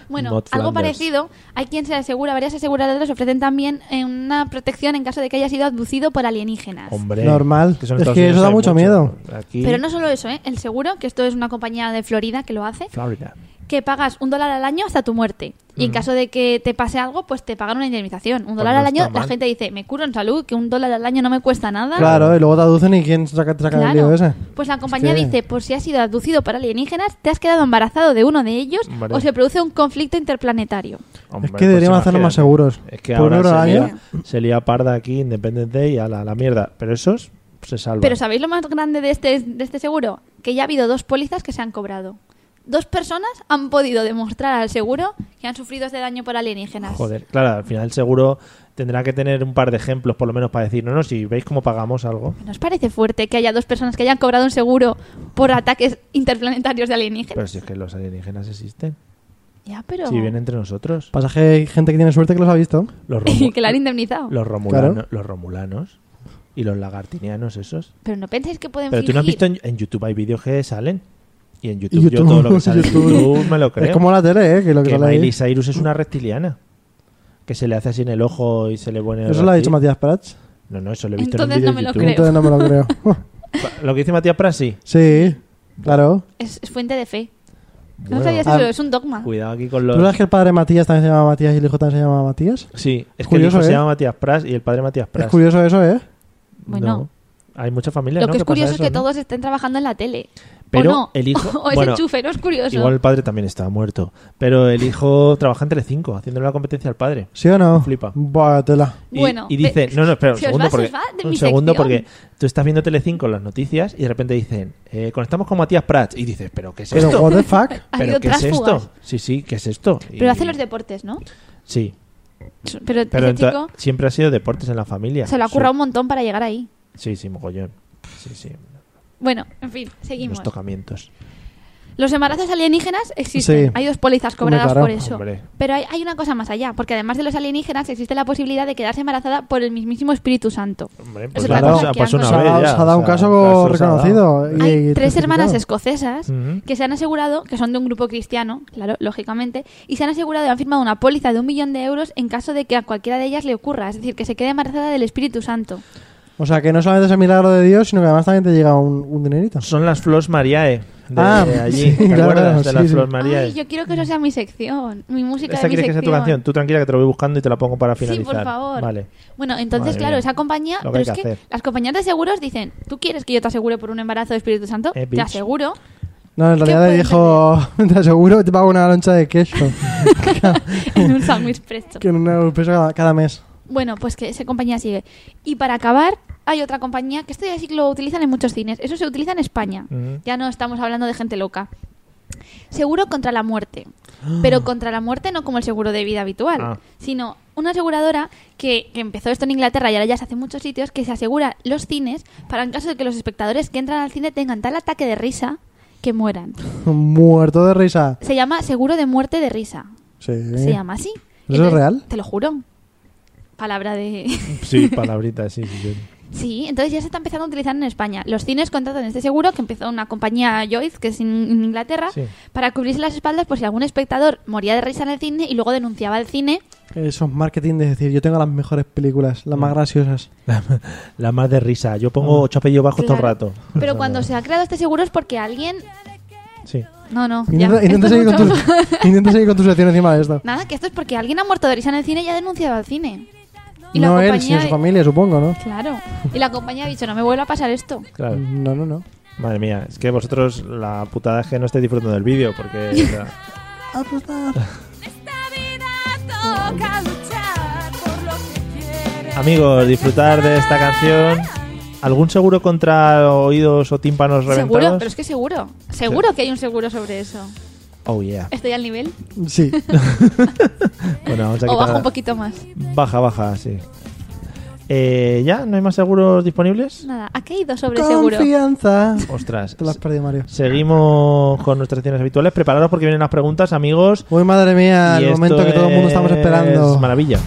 S3: Bueno,
S1: Not
S3: algo
S1: Flanders.
S3: parecido, hay quien se asegura, varias aseguradoras ofrecen también eh, una protección en caso de que haya sido abducido por alienígenas.
S1: Hombre.
S2: Normal.
S1: en
S2: Es
S1: Estados
S2: que
S1: Unidos
S2: eso da
S1: hay
S2: mucho miedo.
S1: Aquí,
S3: Pero no solo eso, ¿eh? el seguro, que esto es una compañía de Florida que lo hace,
S1: Florida.
S3: que pagas un dólar al año hasta tu muerte. Y en caso de que te pase algo, pues te pagan una indemnización. Un dólar
S1: Mm. Pues no
S3: al
S1: está
S3: año, la
S1: mal.
S3: gente dice, me curo en salud, que un dólar al año no me cuesta nada.
S2: Claro, y luego te aducen y quién saca, te saca el lío
S3: Claro.
S2: ese.
S3: Pues la compañía
S2: que-
S3: dice, por si has sido abducido por alienígenas, te has quedado embarazado de uno de ellos
S1: Hombre.
S3: o se produce un conflicto interplanetario.
S1: Hombre, pues
S2: que deberíamos hacerlo
S1: imagínate.
S2: más seguros.
S1: Es que
S2: Por un
S1: ahora se
S2: horario.
S1: lía, se lía parda aquí, Independence Day, a la, a la mierda. Pero esos se salvan.
S3: Pero ¿sabéis lo más grande de este, de este seguro? Que ya ha habido dos pólizas que se han cobrado. Dos personas han podido demostrar al seguro que han sufrido este daño por alienígenas.
S1: Joder, claro, al final seguro tendrá que tener un par de ejemplos por lo menos para decir, no, no, si veis cómo pagamos algo.
S3: ¿Nos parece fuerte que haya dos personas que hayan cobrado un seguro por ataques interplanetarios de alienígenas?
S1: Pero si es que los alienígenas existen.
S3: ya, pero...
S1: Pues, Si vienen entre nosotros.
S2: Pasa que hay gente que tiene suerte que los ha visto.
S1: Los,
S3: Y
S1: romu-
S3: que la han indemnizado.
S1: los, romulano-
S2: Claro.
S1: los romulanos y los lagartinianos esos.
S3: Pero no pensáis que pueden
S1: Pero tú no has
S3: fingir.
S1: visto en, en YouTube hay vídeos que salen. Y en YouTube,
S2: Y
S1: yo
S2: YouTube-
S1: todo lo que sale en
S2: YouTube-
S1: YouTube me lo creo.
S2: Es como la tele, ¿eh? Que lo que
S1: que
S2: sale ahí.
S1: Miley Cyrus es una reptiliana. Que se le hace así en el ojo y se le pone... el
S2: Eso lo ha
S1: reptil.
S2: dicho Matías Prats.
S1: No, no, eso lo he visto
S3: Entonces
S1: en un
S3: no me
S1: vídeo
S3: lo
S1: de YouTube.
S3: creo.
S2: Entonces no me lo creo.
S1: Lo que dice Matías Prats, sí.
S2: sí, claro.
S3: Es, es fuente de fe.
S1: Bueno,
S3: no sabías
S2: Ah,
S3: eso, es un dogma.
S1: Cuidado aquí con
S2: ¿Tú
S1: los...
S2: sabes que el padre Matías también se llama Matías y el hijo también se llama Matías?
S1: Sí, es que
S2: Curioso,
S1: el hijo se
S2: ¿eh?
S1: llama Matías Prats y el padre Matías
S2: Es
S1: Prats.
S2: curioso eso, ¿eh?
S3: Bueno.
S1: No. Hay mucha familia,
S3: Lo
S1: ¿no?
S3: que es
S1: pasa
S3: curioso es
S1: eso,
S3: que
S1: ¿no?
S3: todos estén trabajando en la tele.
S1: Pero
S3: o no.
S1: el hijo-
S3: o es
S1: bueno,
S3: enchufe, no es curioso.
S1: Igual el padre también estaba muerto. Pero el hijo trabaja en Telecinco, haciéndole la competencia al padre.
S2: ¿Sí o no?
S1: Flipa.
S2: Buah, tela.
S1: Y,
S3: Bueno,
S1: y dice,
S3: ve-
S1: no, no, espera un
S3: se os
S1: segundo,
S3: va, se os
S1: porque,
S3: va de
S1: un
S3: mi
S1: segundo
S3: sección.
S1: porque tú estás viendo Telecinco las noticias y de repente dicen, eh, conectamos con Matías Prats y dices, pero ¿qué es
S2: Pero,
S1: esto?
S2: what the fuck?
S3: Ha
S1: ¿Pero
S3: habido
S1: qué es
S3: trásfugas.
S1: esto? Sí, sí, ¿qué es esto? Y-
S3: Pero hace los deportes, ¿no?
S1: Sí,
S3: Pero,
S1: pero
S3: ese
S1: ento-
S3: chico
S1: siempre ha sido deportes en la familia.
S3: se lo ha
S1: Su-
S3: currado un montón para llegar ahí.
S1: Sí, sí, mogollón. Sí, sí,
S3: Bueno, en fin, seguimos.
S1: los tocamientos.
S3: Los embarazos alienígenas existen.
S2: Sí.
S3: Hay dos pólizas cobradas
S2: Hombre, claro.
S3: por eso.
S1: Hombre.
S3: Pero hay, hay una cosa más allá, porque además de los alienígenas existe la posibilidad de quedarse embarazada por el mismísimo Espíritu Santo.
S1: Hombre,
S3: Es
S1: pues,
S3: otra
S1: claro,
S3: cosa
S1: o sea,
S3: que
S1: pues
S3: han
S1: una
S2: Se ha
S1: vez
S2: dado-
S1: ya,
S2: se ha dado
S1: o
S2: un
S1: sea,
S2: caso
S1: se ha dado.
S2: reconocido. eh. y-
S3: Hay
S2: y
S3: tres hermanas
S2: certificado.
S3: escocesas
S1: Ujú.
S3: que se han asegurado, que son de un grupo cristiano, claro, lógicamente, y se han asegurado y han firmado una póliza de un millón de euros en caso de que a cualquiera de ellas le ocurra, es decir, que se quede embarazada del Espíritu Santo.
S2: O sea, que no solamente es el milagro de Dios, sino que además también te llega un, un dinerito.
S1: Son las Flos Mariae de
S2: Ah,
S1: allí.
S2: sí,
S1: ¿Te
S2: claro,
S1: acuerdas de
S2: sí,
S1: las
S2: sí.
S1: Flos Mariae?
S3: Ay, yo quiero que eso sea mi sección, mi música
S1: mm. ¿Esta
S3: de mi
S1: quieres que sea tu
S3: sección.
S1: canción? Tú tranquila que te lo voy buscando y te la pongo para finalizar.
S3: Sí, por favor.
S1: Vale.
S3: Bueno, entonces,
S1: Madre
S3: claro,
S1: mía.
S3: esa compañía.
S1: Lo que
S3: pero
S1: hay
S3: es
S1: que
S3: que
S1: hacer.
S3: las compañías de seguros dicen: ¿Tú quieres que yo te asegure por un embarazo de Espíritu Santo?
S1: Eh,
S3: te
S1: bitch.
S3: aseguro.
S2: No, en realidad
S3: puede
S2: le dijo, te aseguro, te pago una loncha de queso.
S3: en un sándwich presto.
S2: que en un peso cada, cada mes.
S3: Bueno, pues que esa compañía sigue. Y para acabar, hay otra compañía que esto ya sí que lo utilizan en muchos cines. Eso se utiliza en España.
S1: Ujú.
S3: Ya no estamos hablando de gente loca. Seguro contra la muerte. Pero contra la muerte no como el seguro de vida habitual,
S1: Ah.
S3: sino una aseguradora que, que empezó esto en Inglaterra y ahora ya se hace en muchos sitios, que se asegura los cines para en caso de que los espectadores que entran al cine tengan tal ataque de risa que mueran.
S2: Muerto de risa.
S3: Se llama seguro de muerte de risa.
S2: Sí.
S3: Se llama así.
S2: ¿Eh? es real?
S3: Te lo juro. Palabra de...
S1: Sí, palabrita, sí, sí. sí.
S3: Sí, entonces ya se está empezando a utilizar en España. Los cines contratan este seguro que empezó una compañía Lloyd, que es in- en Inglaterra,
S1: Sí.
S3: para cubrirse las espaldas por si algún espectador moría de risa en el cine y luego denunciaba el cine.
S2: Eso es marketing de decir, yo tengo las mejores películas, las
S1: Mm.
S2: más graciosas.
S1: La más de risa. Yo pongo ocho apellidos bajos todo el
S3: Claro.
S1: rato.
S3: Pero cuando se ha creado este seguro es porque alguien...
S1: Sí.
S3: No, no. ya.
S2: Intenta, intenta
S3: Esto es
S2: seguir con
S3: mucho-
S2: tu, intenta seguir con tu sección encima de esto.
S3: Nada, que esto es porque alguien ha muerto de risa en el cine y ha denunciado al cine. Y la
S2: no él,
S3: compañía-
S2: sino su familia, supongo, ¿no?
S3: Claro. Y la compañía ha dicho, no me vuelva a pasar esto.
S1: Claro.
S2: No, no, no.
S1: Madre mía, es que vosotros la putada es que no estáis disfrutando del vídeo, porque amigos, disfrutar de esta canción. ¿Algún seguro contra oídos o tímpanos
S3: Seguro,
S1: reventados?
S3: pero es que seguro. Seguro que hay un seguro sobre eso.
S1: Oh yeah.
S3: ¿Estoy al nivel?
S2: Sí.
S1: Bueno, vamos a
S3: ¿O
S1: quitar-
S3: bajo un poquito más?
S1: Baja, baja, sí. Eh, ¿Ya? ¿No hay más seguros disponibles?
S3: Nada, aquí hay dos sobre seguro.
S2: Confianza.
S1: Ostras.
S2: Te lo has perdido, Mario.
S1: Seguimos con nuestras secciones habituales. Prepararos porque vienen las preguntas, amigos.
S2: Uy, madre mía,
S1: Y
S2: el
S1: esto
S2: momento que todo el mundo estamos
S1: es
S2: esperando.
S1: Maravilla.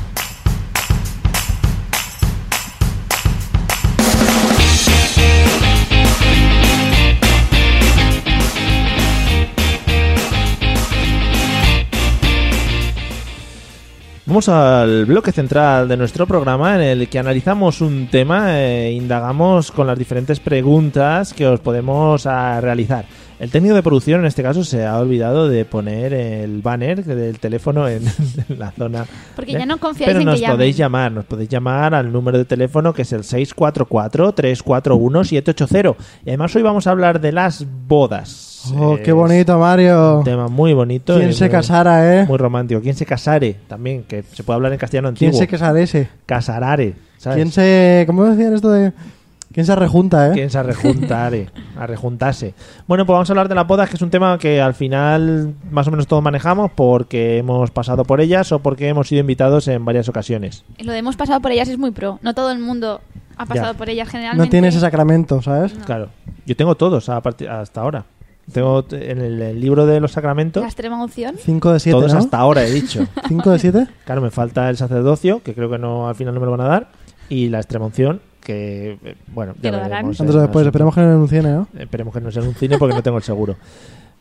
S1: Vamos al bloque central de nuestro programa en el que analizamos un tema e indagamos con las diferentes preguntas que os podemos ah, realizar. El técnico de producción en este caso se ha olvidado de poner el banner del teléfono en, en la zona.
S3: Porque
S1: ¿eh?
S3: ya no confiáis
S1: Pero
S3: en
S1: nos
S3: que llamen.
S1: podéis llamar, nos podéis llamar al número de teléfono que es el 644-341-780. Y además hoy vamos a hablar de las bodas.
S2: Oh, qué
S1: Es
S2: bonito, Mario.
S1: Un tema muy bonito. y
S2: ¿Quién se
S1: muy-
S2: casara, eh?
S1: muy romántico. ¿Quién se casare? También, que se puede hablar en castellano antiguo.
S2: ¿Quién se casarese?
S1: Casarare, ¿sabes?
S2: ¿Quién se... ¿Cómo decían esto de...? ¿Quién se arrejunta, eh?
S1: ¿Quién se arrejuntare? Arrejuntase. Bueno, pues vamos a hablar de las bodas, que es un tema que al final más o menos todos manejamos porque hemos pasado por ellas o porque hemos sido invitados en varias ocasiones.
S3: Lo de hemos pasado por ellas es muy pro. No todo el mundo ha pasado
S1: Ya.
S3: por ellas generalmente.
S2: No tiene ese sacramento, ¿sabes?
S1: Claro. Yo tengo todos a partir- hasta ahora. Tengo t- en el, el libro de los sacramentos
S3: La extrema unción.
S2: 5 de 7,
S1: todos
S2: ¿no?
S1: hasta ahora, he dicho.
S2: 5 de 7.
S1: Claro, me falta el sacerdocio, que creo que no al final no me lo van a dar, y la extremunción, que eh, bueno,
S3: Te
S1: ya
S3: lo darán.
S1: veremos,
S2: Antes o
S1: eh,
S2: después,
S1: no sé.
S2: esperemos que no enuncien, ¿no?
S1: Esperemos que no sea un cine porque no tengo el seguro.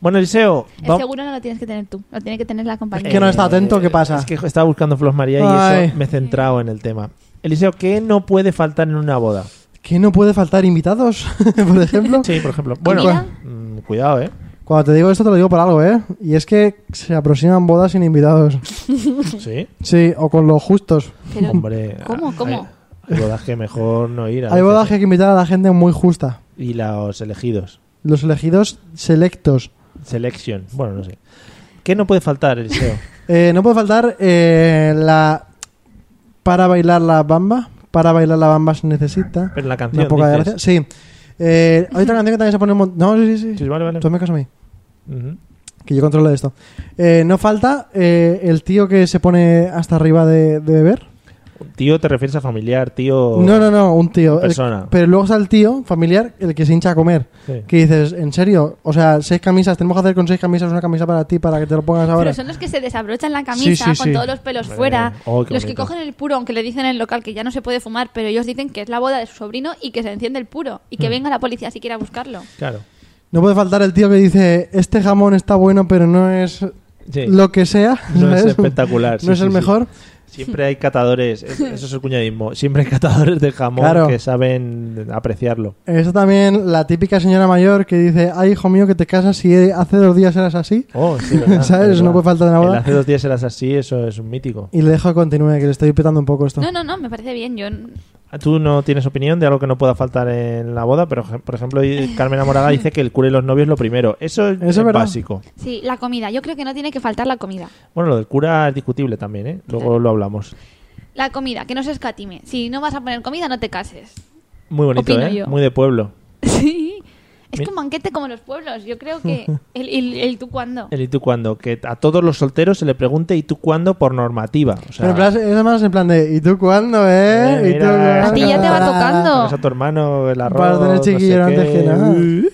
S1: Bueno, Eliseo,
S3: El
S1: va-
S3: seguro no lo tienes que tener tú, lo tiene que tener la compañía.
S2: Es que no he estado atento, ¿qué
S1: eh,
S2: pasa?
S1: Es que estaba buscando Flos María y
S2: Ay.
S1: eso me he centrado en el tema. Eliseo, ¿qué no puede faltar en una boda?
S2: Que no puede faltar invitados, por ejemplo.
S1: Sí, por ejemplo. Bueno,
S3: ¿Comida?
S1: mm, cuidado, ¿eh?
S2: Cuando te digo esto, te lo digo por algo, ¿eh? Y es que se aproximan bodas sin invitados.
S1: Sí,
S2: Sí, o con los justos.
S3: Pero,
S1: hombre.
S3: ¿Cómo,
S1: hay-
S3: cómo?
S1: Hay bodas que mejor no ir. a
S2: Hay
S1: veces,
S2: bodas
S1: ¿eh?
S2: que hay que invitar a la gente muy justa.
S1: Y los elegidos.
S2: Los elegidos selectos.
S1: Selection. Bueno, no sé. ¿Qué no puede faltar, Eliseo?
S2: Eh, no puede faltar eh, la... Para bailar la bamba. Para bailar la bamba se necesita.
S1: Pero la canción.
S2: Una poca
S1: dices.
S2: gracia. Sí. Eh, hay otra canción que también se pone un montón... No, sí, sí,
S1: Sí,
S2: sí.
S1: vale, vale.
S2: Tú hazme caso a mí.
S1: Ujú.
S2: Que yo controlo esto. Eh, no falta eh, el tío que se pone hasta arriba de, de beber.
S1: Tío, ¿te refieres a familiar? Tío.
S2: No, no, no, un tío. El-
S1: Persona.
S2: pero luego está el tío familiar, el que se hincha a comer.
S1: Sí.
S2: Que dices, ¿en serio? O sea, seis camisas, tenemos que hacer con seis camisas una camisa para ti, para que te lo pongas ahora.
S3: pero son los que se desabrochan la
S2: Sí,
S3: camisa
S2: sí,
S3: con
S2: sí.
S3: todos los pelos
S1: Hombre,
S3: fuera.
S1: oh, qué
S3: los que
S1: bonito.
S3: cogen el puro, aunque le dicen en el local que ya no se puede fumar, pero ellos dicen que es la boda de su sobrino y que se enciende el puro. Y que venga la policía si quiere a buscarlo.
S1: Claro.
S2: No puede faltar el tío que dice, este jamón está bueno, pero no es
S1: Sí.
S2: lo que sea.
S1: No es
S2: ¿sabes?
S1: espectacular, sí,
S2: no es
S1: sí,
S2: el
S1: sí.
S2: mejor.
S1: Siempre hay catadores, es- eso es el cuñadismo. Siempre hay catadores de jamón
S2: Claro.
S1: que saben apreciarlo.
S2: Está también la típica señora mayor que dice, ay, hijo mío, que te casas si hace dos días eras así.
S1: Oh, sí, ¿verdad?
S2: ¿Sabes?
S1: Es
S2: No
S1: verdad.
S2: puede faltar nada.
S1: El hace dos días eras así, eso es un mítico.
S2: Y le dejo que continúe, que le estoy petando un poco esto.
S3: No, no, no, me parece bien. Yo n-
S1: Ah, Tú no tienes opinión de algo que no pueda faltar en la boda, pero por ejemplo y- Carmen Amorada dice que el cura y los novios lo primero. Eso es,
S2: Eso es
S1: es
S2: verdad.
S1: básico.
S3: Sí, la comida. Yo creo que no tiene que faltar la comida.
S1: Bueno, lo del cura es discutible también, ¿eh? Luego lo hablamos.
S3: La comida, que no se escatime. Si no vas a poner comida, no te cases.
S1: Muy bonito,
S3: Opino
S1: ¿eh?
S3: yo.
S1: Muy de pueblo.
S3: Sí. Es
S1: Mi-
S3: que un banquete como los pueblos. Yo creo que el, el, el tú cuándo.
S1: El ¿y tú cuándo? Que a todos los solteros se le pregunte ¿y tú cuándo? por normativa. O sea,
S2: Pero en plan, es más en plan de, ¿y tú cuándo, eh?
S1: Eh,
S2: ¿Y tú
S1: mira.
S2: cuándo?
S1: A ti ya te va
S3: tocando.
S1: pones a tu hermano el arroz.
S2: Para tener
S1: no sé
S2: chiquillo antes
S1: qué.
S2: que nada.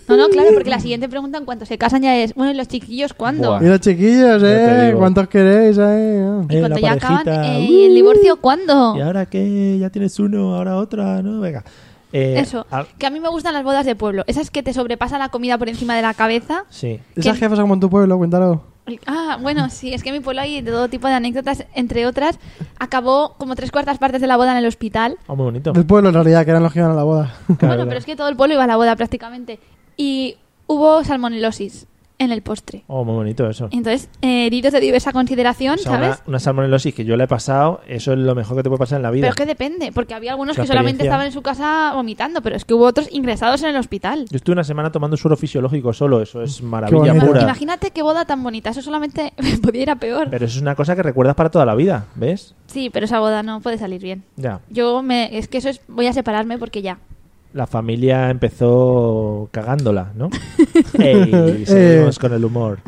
S3: No, no, claro, porque la siguiente pregunta en cuanto se casan ya es, bueno, ¿y los chiquillos cuándo?
S1: Buah.
S2: ¿Y los chiquillos,
S1: Ah. Ya te
S2: eh?
S1: digo.
S2: ¿Cuántos queréis, eh?
S3: Y
S1: Eh,
S3: cuando
S1: la
S3: ya
S1: parejita,
S3: acaban, eh,
S1: uh,
S3: ¿y el divorcio cuándo?
S1: ¿Y ahora qué? Ya tienes uno, ahora otra, ¿no? Venga. Eh,
S3: Eso,
S1: a-
S3: que a mí me gustan las bodas de pueblo. Esas que te sobrepasa la comida por encima de la cabeza.
S1: Sí.
S2: Esas
S3: que-
S2: jefas son como en tu pueblo, cuéntalo.
S3: Ah, bueno, sí, es que en mi pueblo hay de todo tipo de anécdotas. Entre otras, acabó como tres cuartas partes de la boda en el hospital.
S1: Oh, muy bonito.
S2: Del pueblo, en realidad, que eran los que iban a la boda.
S1: Claro.
S3: Bueno, pero es que todo el pueblo iba a la boda prácticamente. Y hubo salmonelosis en el postre.
S1: Oh, muy bonito eso.
S3: Entonces, eh, heridos de diversa consideración,
S1: O sea,
S3: ¿sabes?
S1: Una, una salmonelosis que yo la he pasado, eso es lo mejor que te puede pasar en la vida.
S3: Pero es que depende, porque había algunos
S1: La
S3: que solamente
S1: experiencia.
S3: estaban en su casa vomitando, pero es que hubo otros ingresados en el hospital.
S1: Yo estuve una semana tomando suero fisiológico solo, eso es maravilla
S2: bonito.
S1: pura.
S3: Imagínate qué boda tan bonita, eso solamente podía ir a peor.
S1: Pero eso es una cosa que recuerdas para toda la vida, ¿ves?
S3: Sí, pero esa boda no puede salir bien.
S1: Ya.
S3: Yo me, es que eso es, voy a separarme porque ya.
S1: La familia empezó cagándola, ¿no? Ey, seguimos con el humor.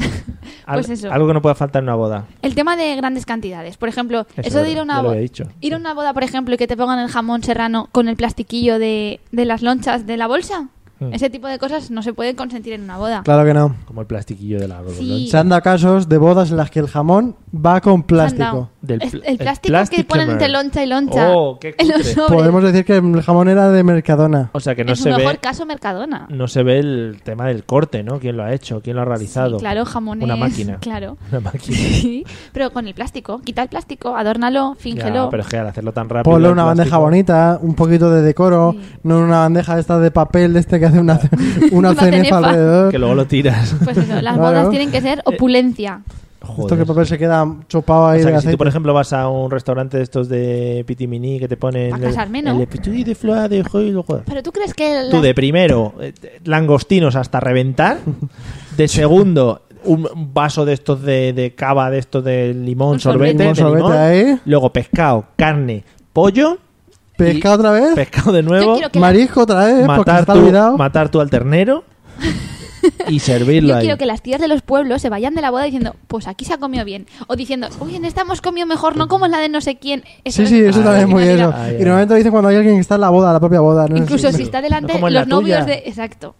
S1: Al-
S3: Pues eso.
S1: Algo que no pueda faltar en una boda.
S3: El tema de grandes cantidades, por ejemplo,
S1: Eso
S3: eso,
S1: lo-
S3: de ir a una
S1: ya lo
S3: boda,
S1: había dicho.
S3: ir a una boda, por ejemplo, y que te pongan el jamón serrano con el plastiquillo de, de las lonchas de la bolsa.
S1: Hmm.
S3: Ese tipo de cosas no se pueden consentir en una boda.
S2: Claro que no.
S1: Como el plastiquillo de la
S3: Sí.
S2: Se han dado casos de bodas en las que el jamón va con plástico.
S3: Anda.
S1: Del
S3: Es-
S1: pl-
S3: el
S1: el
S3: plástico que
S1: plastic
S3: ponen
S1: cover.
S3: entre loncha y loncha.
S1: Oh, qué
S3: en los
S1: cutre.
S3: sobres.
S2: Podemos decir que el jamón era de Mercadona.
S1: O sea que no
S3: es
S1: se
S3: un
S1: ve. Mm,
S3: mejor caso Mercadona.
S1: No se ve el tema del corte, ¿no? ¿Quién lo ha hecho? ¿Quién lo ha realizado?
S3: Sí, claro, jamones.
S1: Una máquina.
S3: Claro.
S1: Una máquina.
S3: Sí, pero con el plástico. Quita el plástico, adórnalo,
S1: Ya,
S3: fíngelo.
S1: pero es que al hacerlo tan rápido.
S2: Ponle
S1: el
S2: una bandeja
S1: plástico-
S2: bonita, un poquito de decoro,
S3: Sí.
S2: no una bandeja esta de papel de este que hace una, una,
S3: Una
S2: cenefa,
S3: cenefa.
S2: alrededor.
S1: Que luego lo tiras.
S3: Pues eso, las
S2: Claro.
S3: bodas tienen que
S1: Eh,
S3: ser opulencia.
S2: Esto
S1: Joder.
S2: que el papel se queda chopado
S1: O
S2: ahí
S1: sea,
S2: de
S1: que si tú,
S2: aceite.
S1: por ejemplo, vas a un restaurante de estos de pitiminí que te ponen.
S3: Pa'
S1: el-
S3: casarme, ¿no?
S1: El petit de flor de ojo.
S3: Pero tú crees que.
S1: Tú
S3: las-
S1: de primero, eh, langostinos hasta reventar. De segundo, un vaso de estos de, de cava, de estos de limón,
S3: Un
S1: sorbete.
S3: sorbete.
S1: de
S2: Un sorbete
S1: limón.
S2: ahí.
S1: Luego pescado, carne, pollo.
S2: Pesca otra vez,
S1: Pescado de
S3: Yo
S1: nuevo.
S3: quiero que la-
S2: marisco otra vez, porque
S1: matar,
S2: está
S1: tu,
S2: olvidado.
S1: matar tu alternero y servirlo
S3: Yo
S1: ahí.
S3: quiero que las tías de los pueblos se vayan de la boda diciendo, pues aquí se ha comido bien. O diciendo, uy, en esta hemos comido mejor, no como en la de no sé quién.
S2: Sí, sí, eso
S1: Ah,
S2: también
S1: ya.
S2: es muy
S3: imagina-
S2: eso.
S1: Ah, ya.
S2: Y normalmente lo dicen cuando hay alguien que está en la boda, la propia boda.
S1: Ah,
S2: ¿no?
S3: Incluso
S2: Es-
S3: si está delante
S1: No como en
S3: los
S1: la tuya.
S3: novios de... Exacto.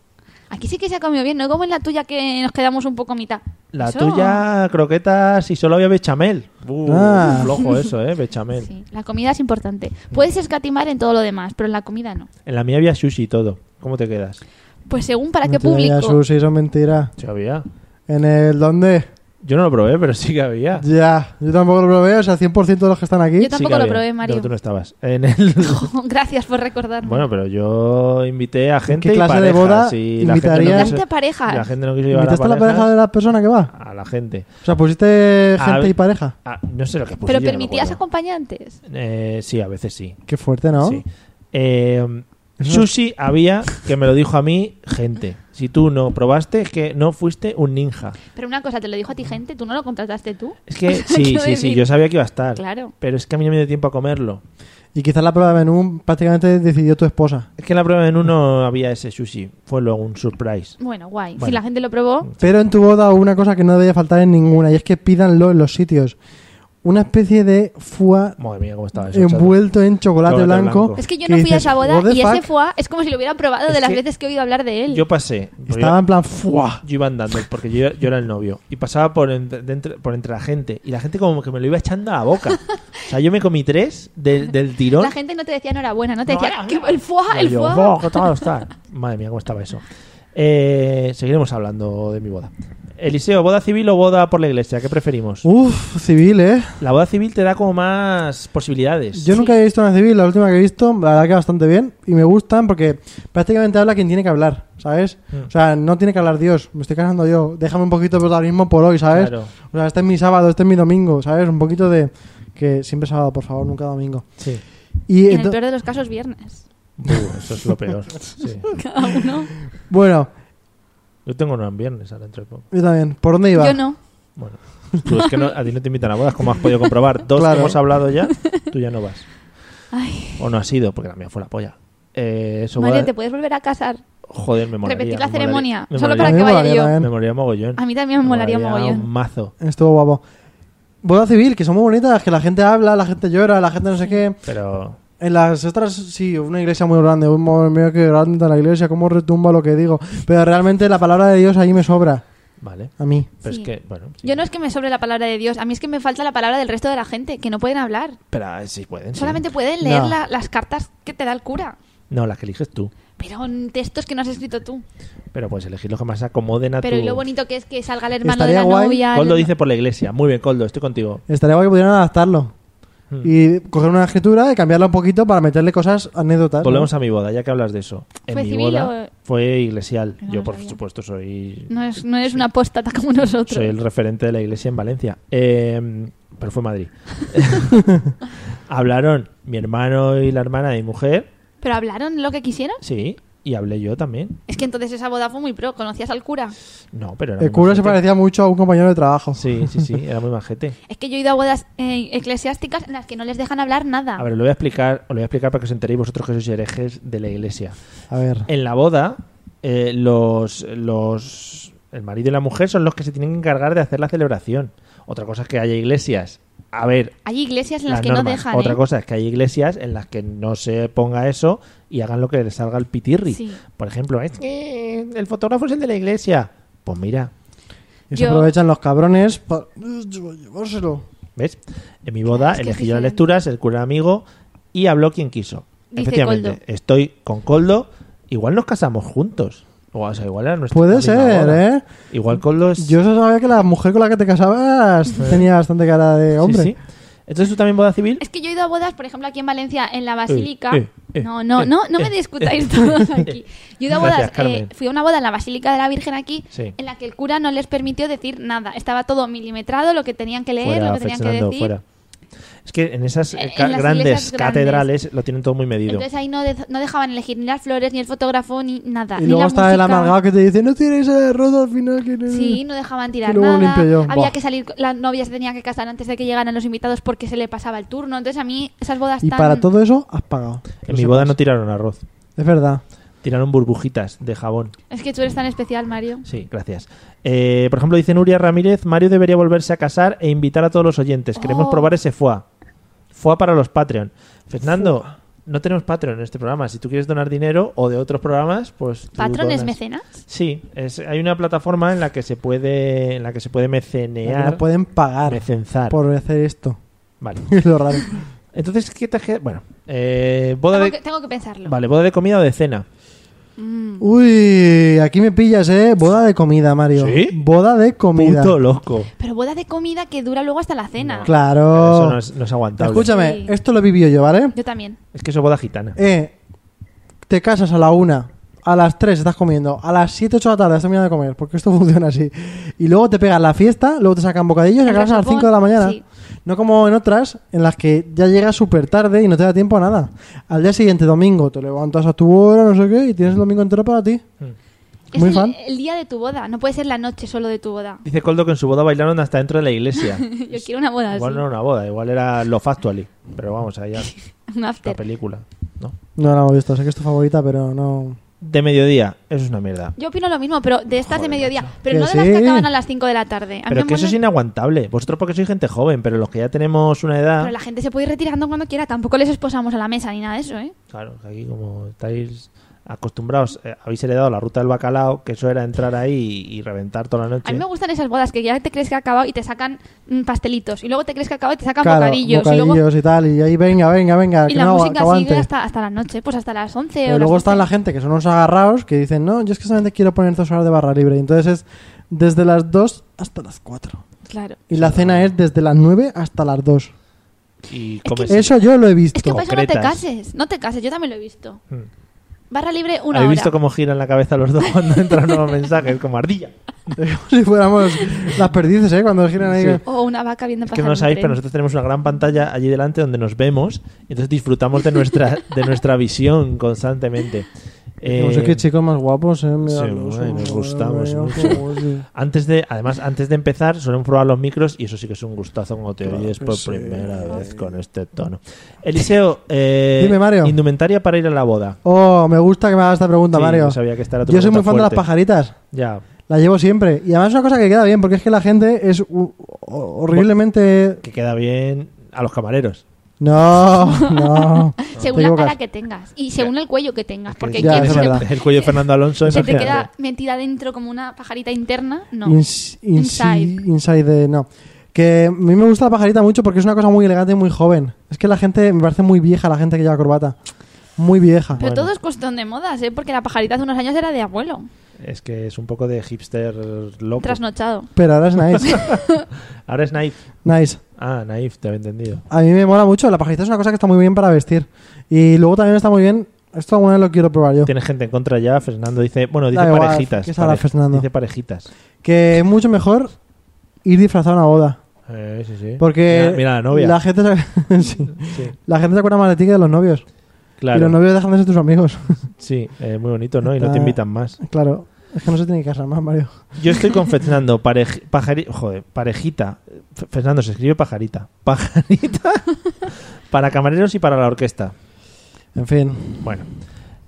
S3: Aquí sí que se ha comido bien, no como en la tuya que nos quedamos un poco a mitad.
S1: La
S3: Eso-
S1: tuya, croquetas y solo había bechamel. Uh,
S2: Ah.
S1: Flojo eso, ¿eh? Bechamel.
S3: Sí, la comida es importante.
S1: Mm.
S3: Puedes escatimar en todo lo demás, pero en la comida no.
S1: En la mía había sushi y todo. ¿Cómo te quedas?
S3: Pues según para qué
S2: Mentira, ya,
S3: público.
S2: Susi, eso es mentira.
S1: Sí, había.
S2: ¿En el dónde?
S1: Yo no lo probé, pero sí que había.
S2: Ya, yo tampoco lo probé, o sea, 100% de los que están aquí.
S3: Yo tampoco
S1: Sí que
S3: lo
S1: había.
S3: probé,
S1: No,
S3: Mario.
S1: tú no estabas. En el-
S3: Gracias por recordarme.
S1: Bueno, pero yo invité a gente
S2: ¿Qué
S1: y
S2: clase de
S1: parejas, y la
S2: boda
S1: gente no
S2: invitarías?
S1: quiso-
S3: Invitaste parejas.
S1: La gente no quiso llevar a
S2: ¿Invitaste a la pareja de
S1: parejas,
S2: la persona que va?
S1: a la gente.
S2: O sea, pusiste
S1: A
S2: gente
S1: ver.
S2: y pareja.
S1: Ah, no sé lo que puse.
S3: pero
S1: yo no me
S3: permitías
S1: acuerdo.
S3: acompañantes.
S1: Eh, sí, a veces sí.
S2: Qué fuerte, ¿no?
S1: Sí. Eh,
S2: Eso-
S1: sushi había, que me lo dijo a mí, gente. Si tú no probaste, es que no fuiste un ninja.
S3: Pero una cosa, te lo dijo a ti gente, tú no lo contrataste tú.
S1: Es que sí,
S3: Quiero
S1: sí, sí,
S3: decir-
S1: yo sabía que iba a estar.
S3: Claro.
S1: Pero es que a mí no me dio tiempo a comerlo.
S2: Y quizás la prueba de menú prácticamente decidió tu esposa.
S1: Es que en la prueba de menú no había ese sushi. Fue luego un surprise.
S3: Bueno, guay.
S1: Bueno. Mm.
S3: Si la gente lo probó,
S2: Pero en tu boda hubo una cosa que no debía faltar en ninguna, y es que pídanlo en los sitios. Una especie de foie
S1: Madre mía, cómo estaba eso. chato.
S2: envuelto en chocolate,
S1: Chocolate
S2: blanco.
S1: blanco.
S3: Es que yo
S2: que
S3: no fui a
S2: dices,
S3: esa boda
S2: "What the
S3: y ese
S2: fuck?".
S3: foie es como si lo hubiera probado
S1: Es
S3: de las
S1: que-
S3: veces que he oído hablar de él.
S1: Yo pasé. porque
S2: Estaba en plan ¡fua!
S1: Yo, yo iba andando, porque yo, yo era el novio. Y pasaba por entre, de entre- por entre la gente. Y la gente como que me lo iba echando a la boca. O sea, yo me comí tres del- del tirón.
S3: La gente no te decía enhorabuena, no te
S1: No,
S3: decía
S1: no,
S3: "Que
S1: no.
S3: el foie,
S1: Y
S3: el
S1: yo,
S3: foie.
S1: "Buah, qué tal está". Madre mía, cómo estaba eso. Eh, seguiremos hablando de mi boda. Eliseo, ¿boda civil o boda por la iglesia? ¿Qué preferimos?
S2: Uf, civil, ¿eh?
S1: La boda civil te da como más posibilidades.
S2: Yo nunca había visto una civil, la última que he visto, la verdad que bastante bien, y me gustan porque prácticamente habla quien tiene que hablar, ¿sabes?
S1: Mm.
S2: O sea, no tiene que hablar Dios, me estoy casando yo, déjame un poquito de protagonismo por hoy, ¿sabes?
S1: Claro.
S2: O sea, este es mi sábado, este es mi domingo, ¿sabes? Un poquito de que siempre sábado, por favor, nunca domingo.
S1: Sí.
S2: Y
S3: en el
S2: ento-
S3: peor de los casos, viernes.
S1: Uh, eso es lo peor. Sí.
S3: Cada uno.
S2: Bueno,
S1: Yo tengo una en viernes ahora entre poco.
S2: yo también. ¿Por dónde iba?
S3: Yo no.
S1: Bueno, tú es que no- a ti no te invitan a bodas, como has podido comprobar. Dos
S2: Claro.
S1: que hemos hablado ya, tú ya no vas.
S3: Ay,
S1: O no has ido, porque la mía fue la polla. Eh, eso
S3: Mario,
S1: boda-
S3: te puedes volver a casar.
S1: Joder, me molaría.
S3: Repetir la
S1: me
S3: ceremonia,
S1: molaría, me
S3: solo
S2: A
S3: para
S2: mí
S1: molaría,
S3: que
S2: me molaría
S3: vaya yo.
S1: Me
S2: también.
S1: molaría mogollón.
S3: A mí también me molaría
S1: Un
S3: mogollón.
S1: mazo.
S2: Estuvo guapo. Boda civil, que son muy bonitas, que la gente habla, la gente llora, la gente no sé qué.
S1: Pero
S2: En las otras, sí, una iglesia muy grande. Un mío, que grande la iglesia, cómo retumba lo que digo. Pero realmente la palabra de Dios ahí me sobra.
S1: Vale.
S2: A mí.
S1: Pero
S3: Sí.
S1: es que, bueno. sí.
S3: Yo no es que me sobre la palabra de Dios, a mí es que me falta la palabra del resto de la gente, que no pueden hablar.
S1: Pero eh, sí pueden. sí.
S3: Solamente pueden leer
S2: No.
S3: la- las cartas que te da el cura.
S1: No, las que eliges tú.
S3: Pero en textos que no has escrito tú.
S1: Pero puedes elegir los que más se acomoden a
S3: Pero
S1: tu.
S3: y lo bonito que es que salga el hermano
S2: Estaría
S3: de la
S2: guay.
S3: novia. el-
S1: Coldo dice por la iglesia. Muy bien, Coldo, estoy contigo.
S2: Estaría guay que pudieran adaptarlo.
S1: Hmm.
S2: Y coger una escritura y cambiarla un poquito para meterle cosas anécdotas.
S1: Volvemos a mi boda, ya que hablas de eso. En
S3: ¿Fue
S1: mi
S3: civil
S1: boda
S3: o-
S1: fue iglesial.
S3: Ah, No
S1: Yo,
S3: lo
S1: por
S3: sabía.
S1: supuesto, soy
S3: No es, no es una apóstata como nosotros.
S1: soy el referente de la iglesia en Valencia. Eh, pero fue Madrid. Hablaron mi hermano y la hermana de mi mujer.
S3: Pero hablaron lo que quisieron.
S1: Sí, y hablé yo también.
S3: Es que entonces esa boda fue muy pro. ¿Conocías al cura?
S1: No, pero era
S2: El
S1: muy
S2: cura se
S1: majete.
S2: parecía mucho a un compañero de trabajo.
S1: Sí, sí, sí, era muy majete.
S3: Es que yo he ido a bodas eh, eclesiásticas en las que no les dejan hablar nada.
S1: A ver, lo voy a explicar, os lo voy a explicar para que os enteréis vosotros que sois herejes de la iglesia.
S2: A ver.
S1: En la boda, eh, los, los, el marido y la mujer son los que se tienen que encargar de hacer la celebración. Otra cosa es que haya iglesias. A ver,
S3: Hay iglesias en las,
S1: las
S3: que no
S1: normas.
S3: dejan.
S1: Otra
S3: ¿eh?
S1: cosa es que hay iglesias en las que no se ponga eso y hagan lo que les salga el pitirri.
S3: Sí.
S1: Por ejemplo, es que el fotógrafo es el de la iglesia. Pues mira,
S2: Y se
S3: Yo-
S2: aprovechan los cabrones para llevárselo.
S1: ¿ves? En mi boda
S3: Es que es
S1: elegí yo las
S3: diferente.
S1: lecturas, el cura era amigo y habló quien quiso.
S3: Dice
S1: Efectivamente,
S3: Coldo.
S1: estoy con Coldo. Igual nos casamos juntos. O sea, igual era nuestra
S2: Puede
S1: misma
S2: ser,
S1: boda.
S2: ¿eh?
S1: Igual Coldo es...
S2: Yo solo sabía que la mujer con la que te casabas tenía bastante cara de
S1: Sí,
S2: hombre.
S1: sí. Entonces tú también boda civil.
S3: Es que yo he ido a bodas, por ejemplo, aquí en Valencia, en la Basílica.
S1: eh, eh,
S3: no, no,
S1: eh,
S3: no, no
S1: eh,
S3: me discutáis todos aquí. Yo he ido
S1: Gracias,
S3: a bodas, eh,
S1: Carmen.
S3: fui a una boda en la Basílica de la Virgen aquí,
S1: Sí.
S3: en la que el cura no les permitió decir nada. Estaba todo milimetrado, lo que tenían que leer, Este, lo que tenían que
S1: flexionando,
S3: decir.
S1: fuera. Es que en esas eh,
S3: En
S1: ca-
S3: las
S1: grandes
S3: iglesias grandes.
S1: catedrales lo tienen todo muy medido.
S3: Entonces ahí no, de- no dejaban elegir ni las flores, ni el fotógrafo, ni nada.
S2: Y
S3: ni
S2: luego
S3: la
S2: está el
S3: música.
S2: amargado que te dice, no tiréis el roto al final. Mm. Que no".
S3: Sí, no dejaban
S2: Y
S3: tirar
S2: luego
S3: nada.
S2: limpio yo.
S3: Había
S2: Buah.
S3: que salir, la novia se tenía que casar antes de que llegaran los invitados porque se le pasaba el turno. Entonces a mí esas bodas
S2: Y
S3: tan...
S2: para todo eso has pagado.
S1: en mi boda no tiraron arroz,
S2: Es verdad.
S1: tiraron burbujitas de jabón.
S3: Es que tú eres tan especial, Mario.
S1: Sí, gracias. Eh, por ejemplo, dice Nuria Ramírez, Mario debería volverse a casar e invitar a todos los oyentes. Queremos
S3: Oh.
S1: probar ese foie. Foie para los Patreon. Fernando, no tenemos Patreon en este programa. Si tú quieres donar dinero o de otros programas, pues... tú
S3: ¿Patrones
S1: donas.
S3: mecenas?
S1: Sí, es- hay una plataforma en la que se puede, en la que se puede
S2: No
S1: mecenear,
S2: pueden pagar
S1: mecenzar.
S2: por hacer esto.
S1: Vale.
S2: Es lo raro.
S1: Entonces, ¿qué te queda? Bueno, eh, boda
S3: Tengo que,
S1: de...
S3: tengo que pensarlo.
S1: Vale, boda de comida o de cena.
S3: Mm.
S2: Uy, aquí me pillas, ¿eh? Boda de comida, Mario.
S1: ¿Sí?
S2: Boda de comida.
S1: Puto loco.
S3: Pero boda de comida que dura luego hasta la cena.
S2: Claro.
S1: Eso no es, no es aguantable.
S2: Escúchame,
S3: Sí.
S2: esto lo he vivido yo, ¿vale?
S3: Yo también.
S1: Es que eso es boda gitana.
S2: Eh, te casas a la una, a las tres estás comiendo, a las siete, ocho de la tarde estás terminando de comer, porque esto funciona así. Y luego te pegan la fiesta, luego te sacan bocadillos y
S3: El
S2: acabas a las
S3: resopón,
S2: cinco de la mañana.
S3: sí.
S2: No como en otras, en las que ya llegas súper tarde y no te da tiempo a nada. Al día siguiente, domingo, te levantas a tu hora, no sé qué, y tienes el domingo entero para ti.
S3: Es
S2: Muy
S3: el, e-
S2: fan.
S3: el día de tu boda. No puede ser la noche solo de tu boda.
S1: Dice Coldo que en su boda bailaron hasta dentro de la iglesia.
S3: Yo quiero una boda
S1: igual
S3: así.
S1: no era una boda, igual era lo Actually. Pero vamos, allá
S3: Un
S1: la
S3: after.
S1: película. ¿no?
S2: No la hemos visto, sé que es tu favorita, pero no.
S1: De mediodía, eso es una mierda.
S3: Yo opino lo mismo, pero de estas de mediodía. Pero
S2: Que
S3: no de las que
S2: sí.
S3: acaban a las 5 de la tarde. A mí
S1: Pero
S3: me
S1: que eso es
S3: molan-
S1: inaguantable. Vosotros porque sois gente joven, pero los que ya tenemos una edad...
S3: Pero la gente se puede ir retirando cuando quiera. Tampoco les esposamos a la mesa ni nada de eso, ¿eh?
S1: Claro, que aquí como estáis acostumbrados, eh, habéis heredado la ruta del bacalao, que eso era entrar ahí y, y reventar toda la
S3: A mí
S1: noche.
S3: me gustan esas bodas que ya te crees que ha acabado y te sacan mm, pastelitos. Y luego te crees que ha acabado y te sacan
S2: claro,
S3: bocadillos. y luego-
S2: bocadillos y tal, y ahí venga, venga, venga,
S3: y
S2: que
S3: la
S2: no,
S3: música
S2: acabo
S3: sigue
S2: antes.
S3: hasta, hasta la noche, pues hasta las 11 o
S2: Pero
S3: las
S2: luego
S3: 12.
S2: están la gente que son unos agarrados que dicen, no, yo es que solamente quiero poner dos horas de barra libre. Y entonces es desde las 2 hasta las 4.
S3: Claro.
S2: Y la cena es desde las 9 hasta las 2.
S1: Y comes...
S2: Eso yo lo he visto.
S3: Es que por eso no te
S1: Concretas.
S3: cases. No te cases, yo también lo he visto.
S1: Hmm.
S3: Barra libre una
S1: ¿Habéis
S3: hora.
S1: visto cómo giran la cabeza los dos cuando entran nuevos mensajes? Como ardilla.
S2: Es como si fuéramos las perdices, ¿eh? Cuando giran ahí.
S1: Sí.
S3: O una vaca viendo
S1: que
S3: pasar
S1: no
S3: un
S1: sabéis,
S3: tren.
S1: pero nosotros tenemos una gran pantalla allí delante donde nos vemos. y Entonces disfrutamos de nuestra, de nuestra visión constantemente. Eh,
S2: Decimos, "Es que chicos más guapos, ¿eh?
S1: sí,
S2: los
S1: bueno, nos
S2: ojos,
S1: gustamos
S2: mira,
S1: mucho".
S2: cómo sí.
S1: antes de, además, antes de empezar, solemos probar los micros y eso sí que es un gustazo cuando te
S2: Claro pues,
S1: oyes
S2: que
S1: por
S2: sí.
S1: primera vez con este tono. Eliseo, eh,
S2: Dime, Mario.
S1: indumentaria para ir a la boda.
S2: Oh, me gusta que me hagas esta pregunta,
S1: Sí,
S2: Mario.
S1: yo sabía que esta era tu
S2: Yo soy
S1: pregunta
S2: muy fan de las
S1: fuerte.
S2: pajaritas.
S1: Ya.
S2: La llevo siempre. Y además es una cosa que queda bien, porque es que la gente es u- o- horriblemente...
S1: Que queda bien a los camareros.
S2: No, no.
S3: Según
S2: Te
S3: la
S2: equivocas.
S3: cara que tengas y según el cuello que tengas. Porque
S2: Ya,
S3: quien
S2: es
S3: se,
S2: verdad.
S1: El cuello de Fernando Alonso.
S3: se te
S1: imagínate.
S3: queda metida dentro como una pajarita interna, no.
S2: Ins- insi-
S3: Inside.
S2: inside de... No. Que a mí me gusta la pajarita mucho porque es una cosa muy elegante y muy joven. Es que la gente... Me parece muy vieja la gente que lleva corbata. Muy vieja.
S3: Pero
S1: Bueno.
S3: todo es cuestión de modas, ¿eh? Porque la pajarita hace unos años era de abuelo,
S1: Es que es un poco de hipster loco.
S3: trasnochado.
S2: Pero ahora es nice.
S1: Ahora es naif.
S2: nice.
S1: Ah, naif, te había entendido.
S2: A mí me mola mucho. La pajarita es una cosa que está muy bien para vestir. Y luego también está muy bien... Esto alguna vez lo quiero probar yo.
S1: Tienes gente en contra ya, Fernando dice, bueno, dice
S2: Da igual,
S1: parejitas.
S2: ¿qué sabrá Fernando?
S1: Dice parejitas.
S2: Que es mucho mejor ir disfrazado a una boda.
S1: Eh, sí, sí.
S2: Porque
S1: mira, mira la novia.
S2: La gente, se... sí.
S1: Sí,
S2: la gente se acuerda más de ti que de los novios.
S1: claro.
S2: Y los novios dejan de ser tus amigos.
S1: Sí, eh, muy bonito, ¿no? Y no
S2: Está-
S1: te invitan más.
S2: claro. Es que no se tiene que casar más, Mario.
S1: Yo estoy con Fernando, parej- pajari- joder, parejita. F- Fernando se escribe pajarita. Pajarita para camareros y para la orquesta.
S2: En fin.
S1: Bueno.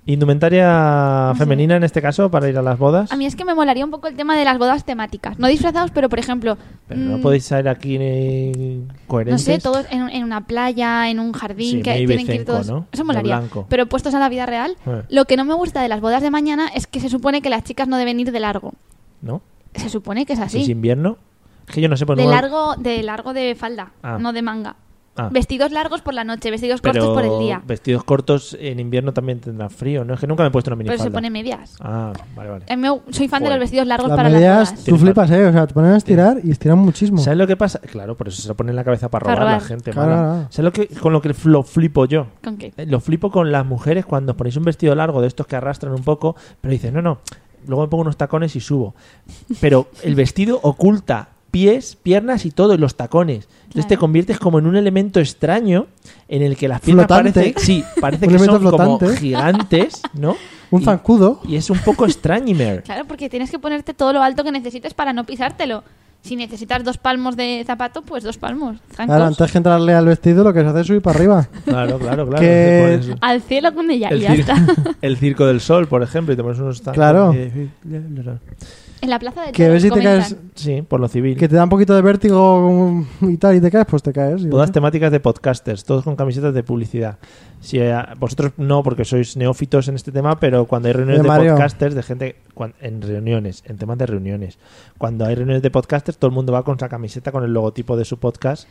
S1: Indumentaria femenina en este caso para ir a las bodas.
S3: A mí es que me molaría un poco el tema de las bodas temáticas. No disfrazados, pero por ejemplo.
S1: Pero no
S3: mm,
S1: podéis salir aquí eh,
S3: No
S1: coherentes.
S3: sé, todos en, en una playa, en un jardín,
S1: Sí,
S3: que
S1: muy
S3: tienen que ir
S1: vicenco,
S3: todos.
S1: ¿no?
S3: Eso molaría.
S1: De blanco.
S3: Pero puestos a la vida real,
S1: Eh.
S3: lo que no me gusta de las bodas de mañana es que se supone que las chicas no deben ir de largo.
S1: ¿No?
S3: Se supone que es
S1: Si
S3: así.
S1: es invierno. Es que yo no sé por
S3: de
S1: no-
S3: largo, de largo de falda,
S1: Ah.
S3: no de manga.
S1: Ah,
S3: Vestidos largos por la noche, vestidos
S1: pero
S3: cortos por el día.
S1: Vestidos cortos en invierno también tendrán frío, ¿no? Es que nunca me he puesto una
S3: Pero
S1: minifalda.
S3: se pone medias.
S1: Ah, vale, vale.
S3: A mí me- soy fan de
S1: Joder.
S3: los vestidos largos
S2: Las
S3: para las
S2: medias,
S3: bodas.
S2: tú flipas, ¿eh? O sea, te ponen a estirar y estiran muchísimo.
S1: ¿Sabes lo que pasa? Claro, por eso se lo ponen en la cabeza para
S3: Para
S1: robar, la
S3: robar.
S1: gente.
S2: Claro,
S1: mala.
S2: claro.
S1: ¿Sabes lo que, con lo que lo flipo yo?
S3: ¿Con qué?
S1: Eh, Lo flipo con las mujeres cuando os ponéis un vestido largo de estos que arrastran un poco, pero dices, no, no, luego me pongo unos tacones y subo. Pero el vestido oculta pies, piernas y todo, y los tacones. Entonces
S3: Claro.
S1: te conviertes como en un elemento extraño en el que las piernas
S2: Flotante.
S1: parecen, sí, parece
S2: Un
S1: que son
S2: elemento
S1: como
S2: flotante.
S1: gigantes, ¿no?
S2: Un
S1: Y-
S2: zancudo.
S1: Y es un poco extrañimer.
S3: Claro, porque tienes que ponerte todo lo alto que necesites para no pisártelo. Si necesitas dos palmos de zapato, pues dos palmos. zancos.
S2: Claro, antes que entrarle al vestido, lo que se hace es subir para arriba.
S1: Claro, claro, claro.
S2: Que-
S1: Por eso.
S3: Al cielo con ella y ya
S1: cir-
S3: está.
S1: el circo del sol, por ejemplo, y te pones unos tacones
S2: Claro.
S1: y-
S3: En la plaza de
S2: que ves si te caes.
S3: comentan.
S1: Sí, por lo civil.
S2: Que te da un poquito de vértigo um, y tal, y te caes, pues te caes. y-
S1: Todas temáticas de podcasters, todos con camisetas de publicidad. Si eh, vosotros no, porque sois neófitos en este tema, pero cuando hay reuniones
S2: Oye,
S1: de
S2: Mario.
S1: podcasters, de gente cuan- en reuniones, en temas de reuniones, cuando hay reuniones de podcasters, todo el mundo va con esa camiseta con el logotipo de su podcast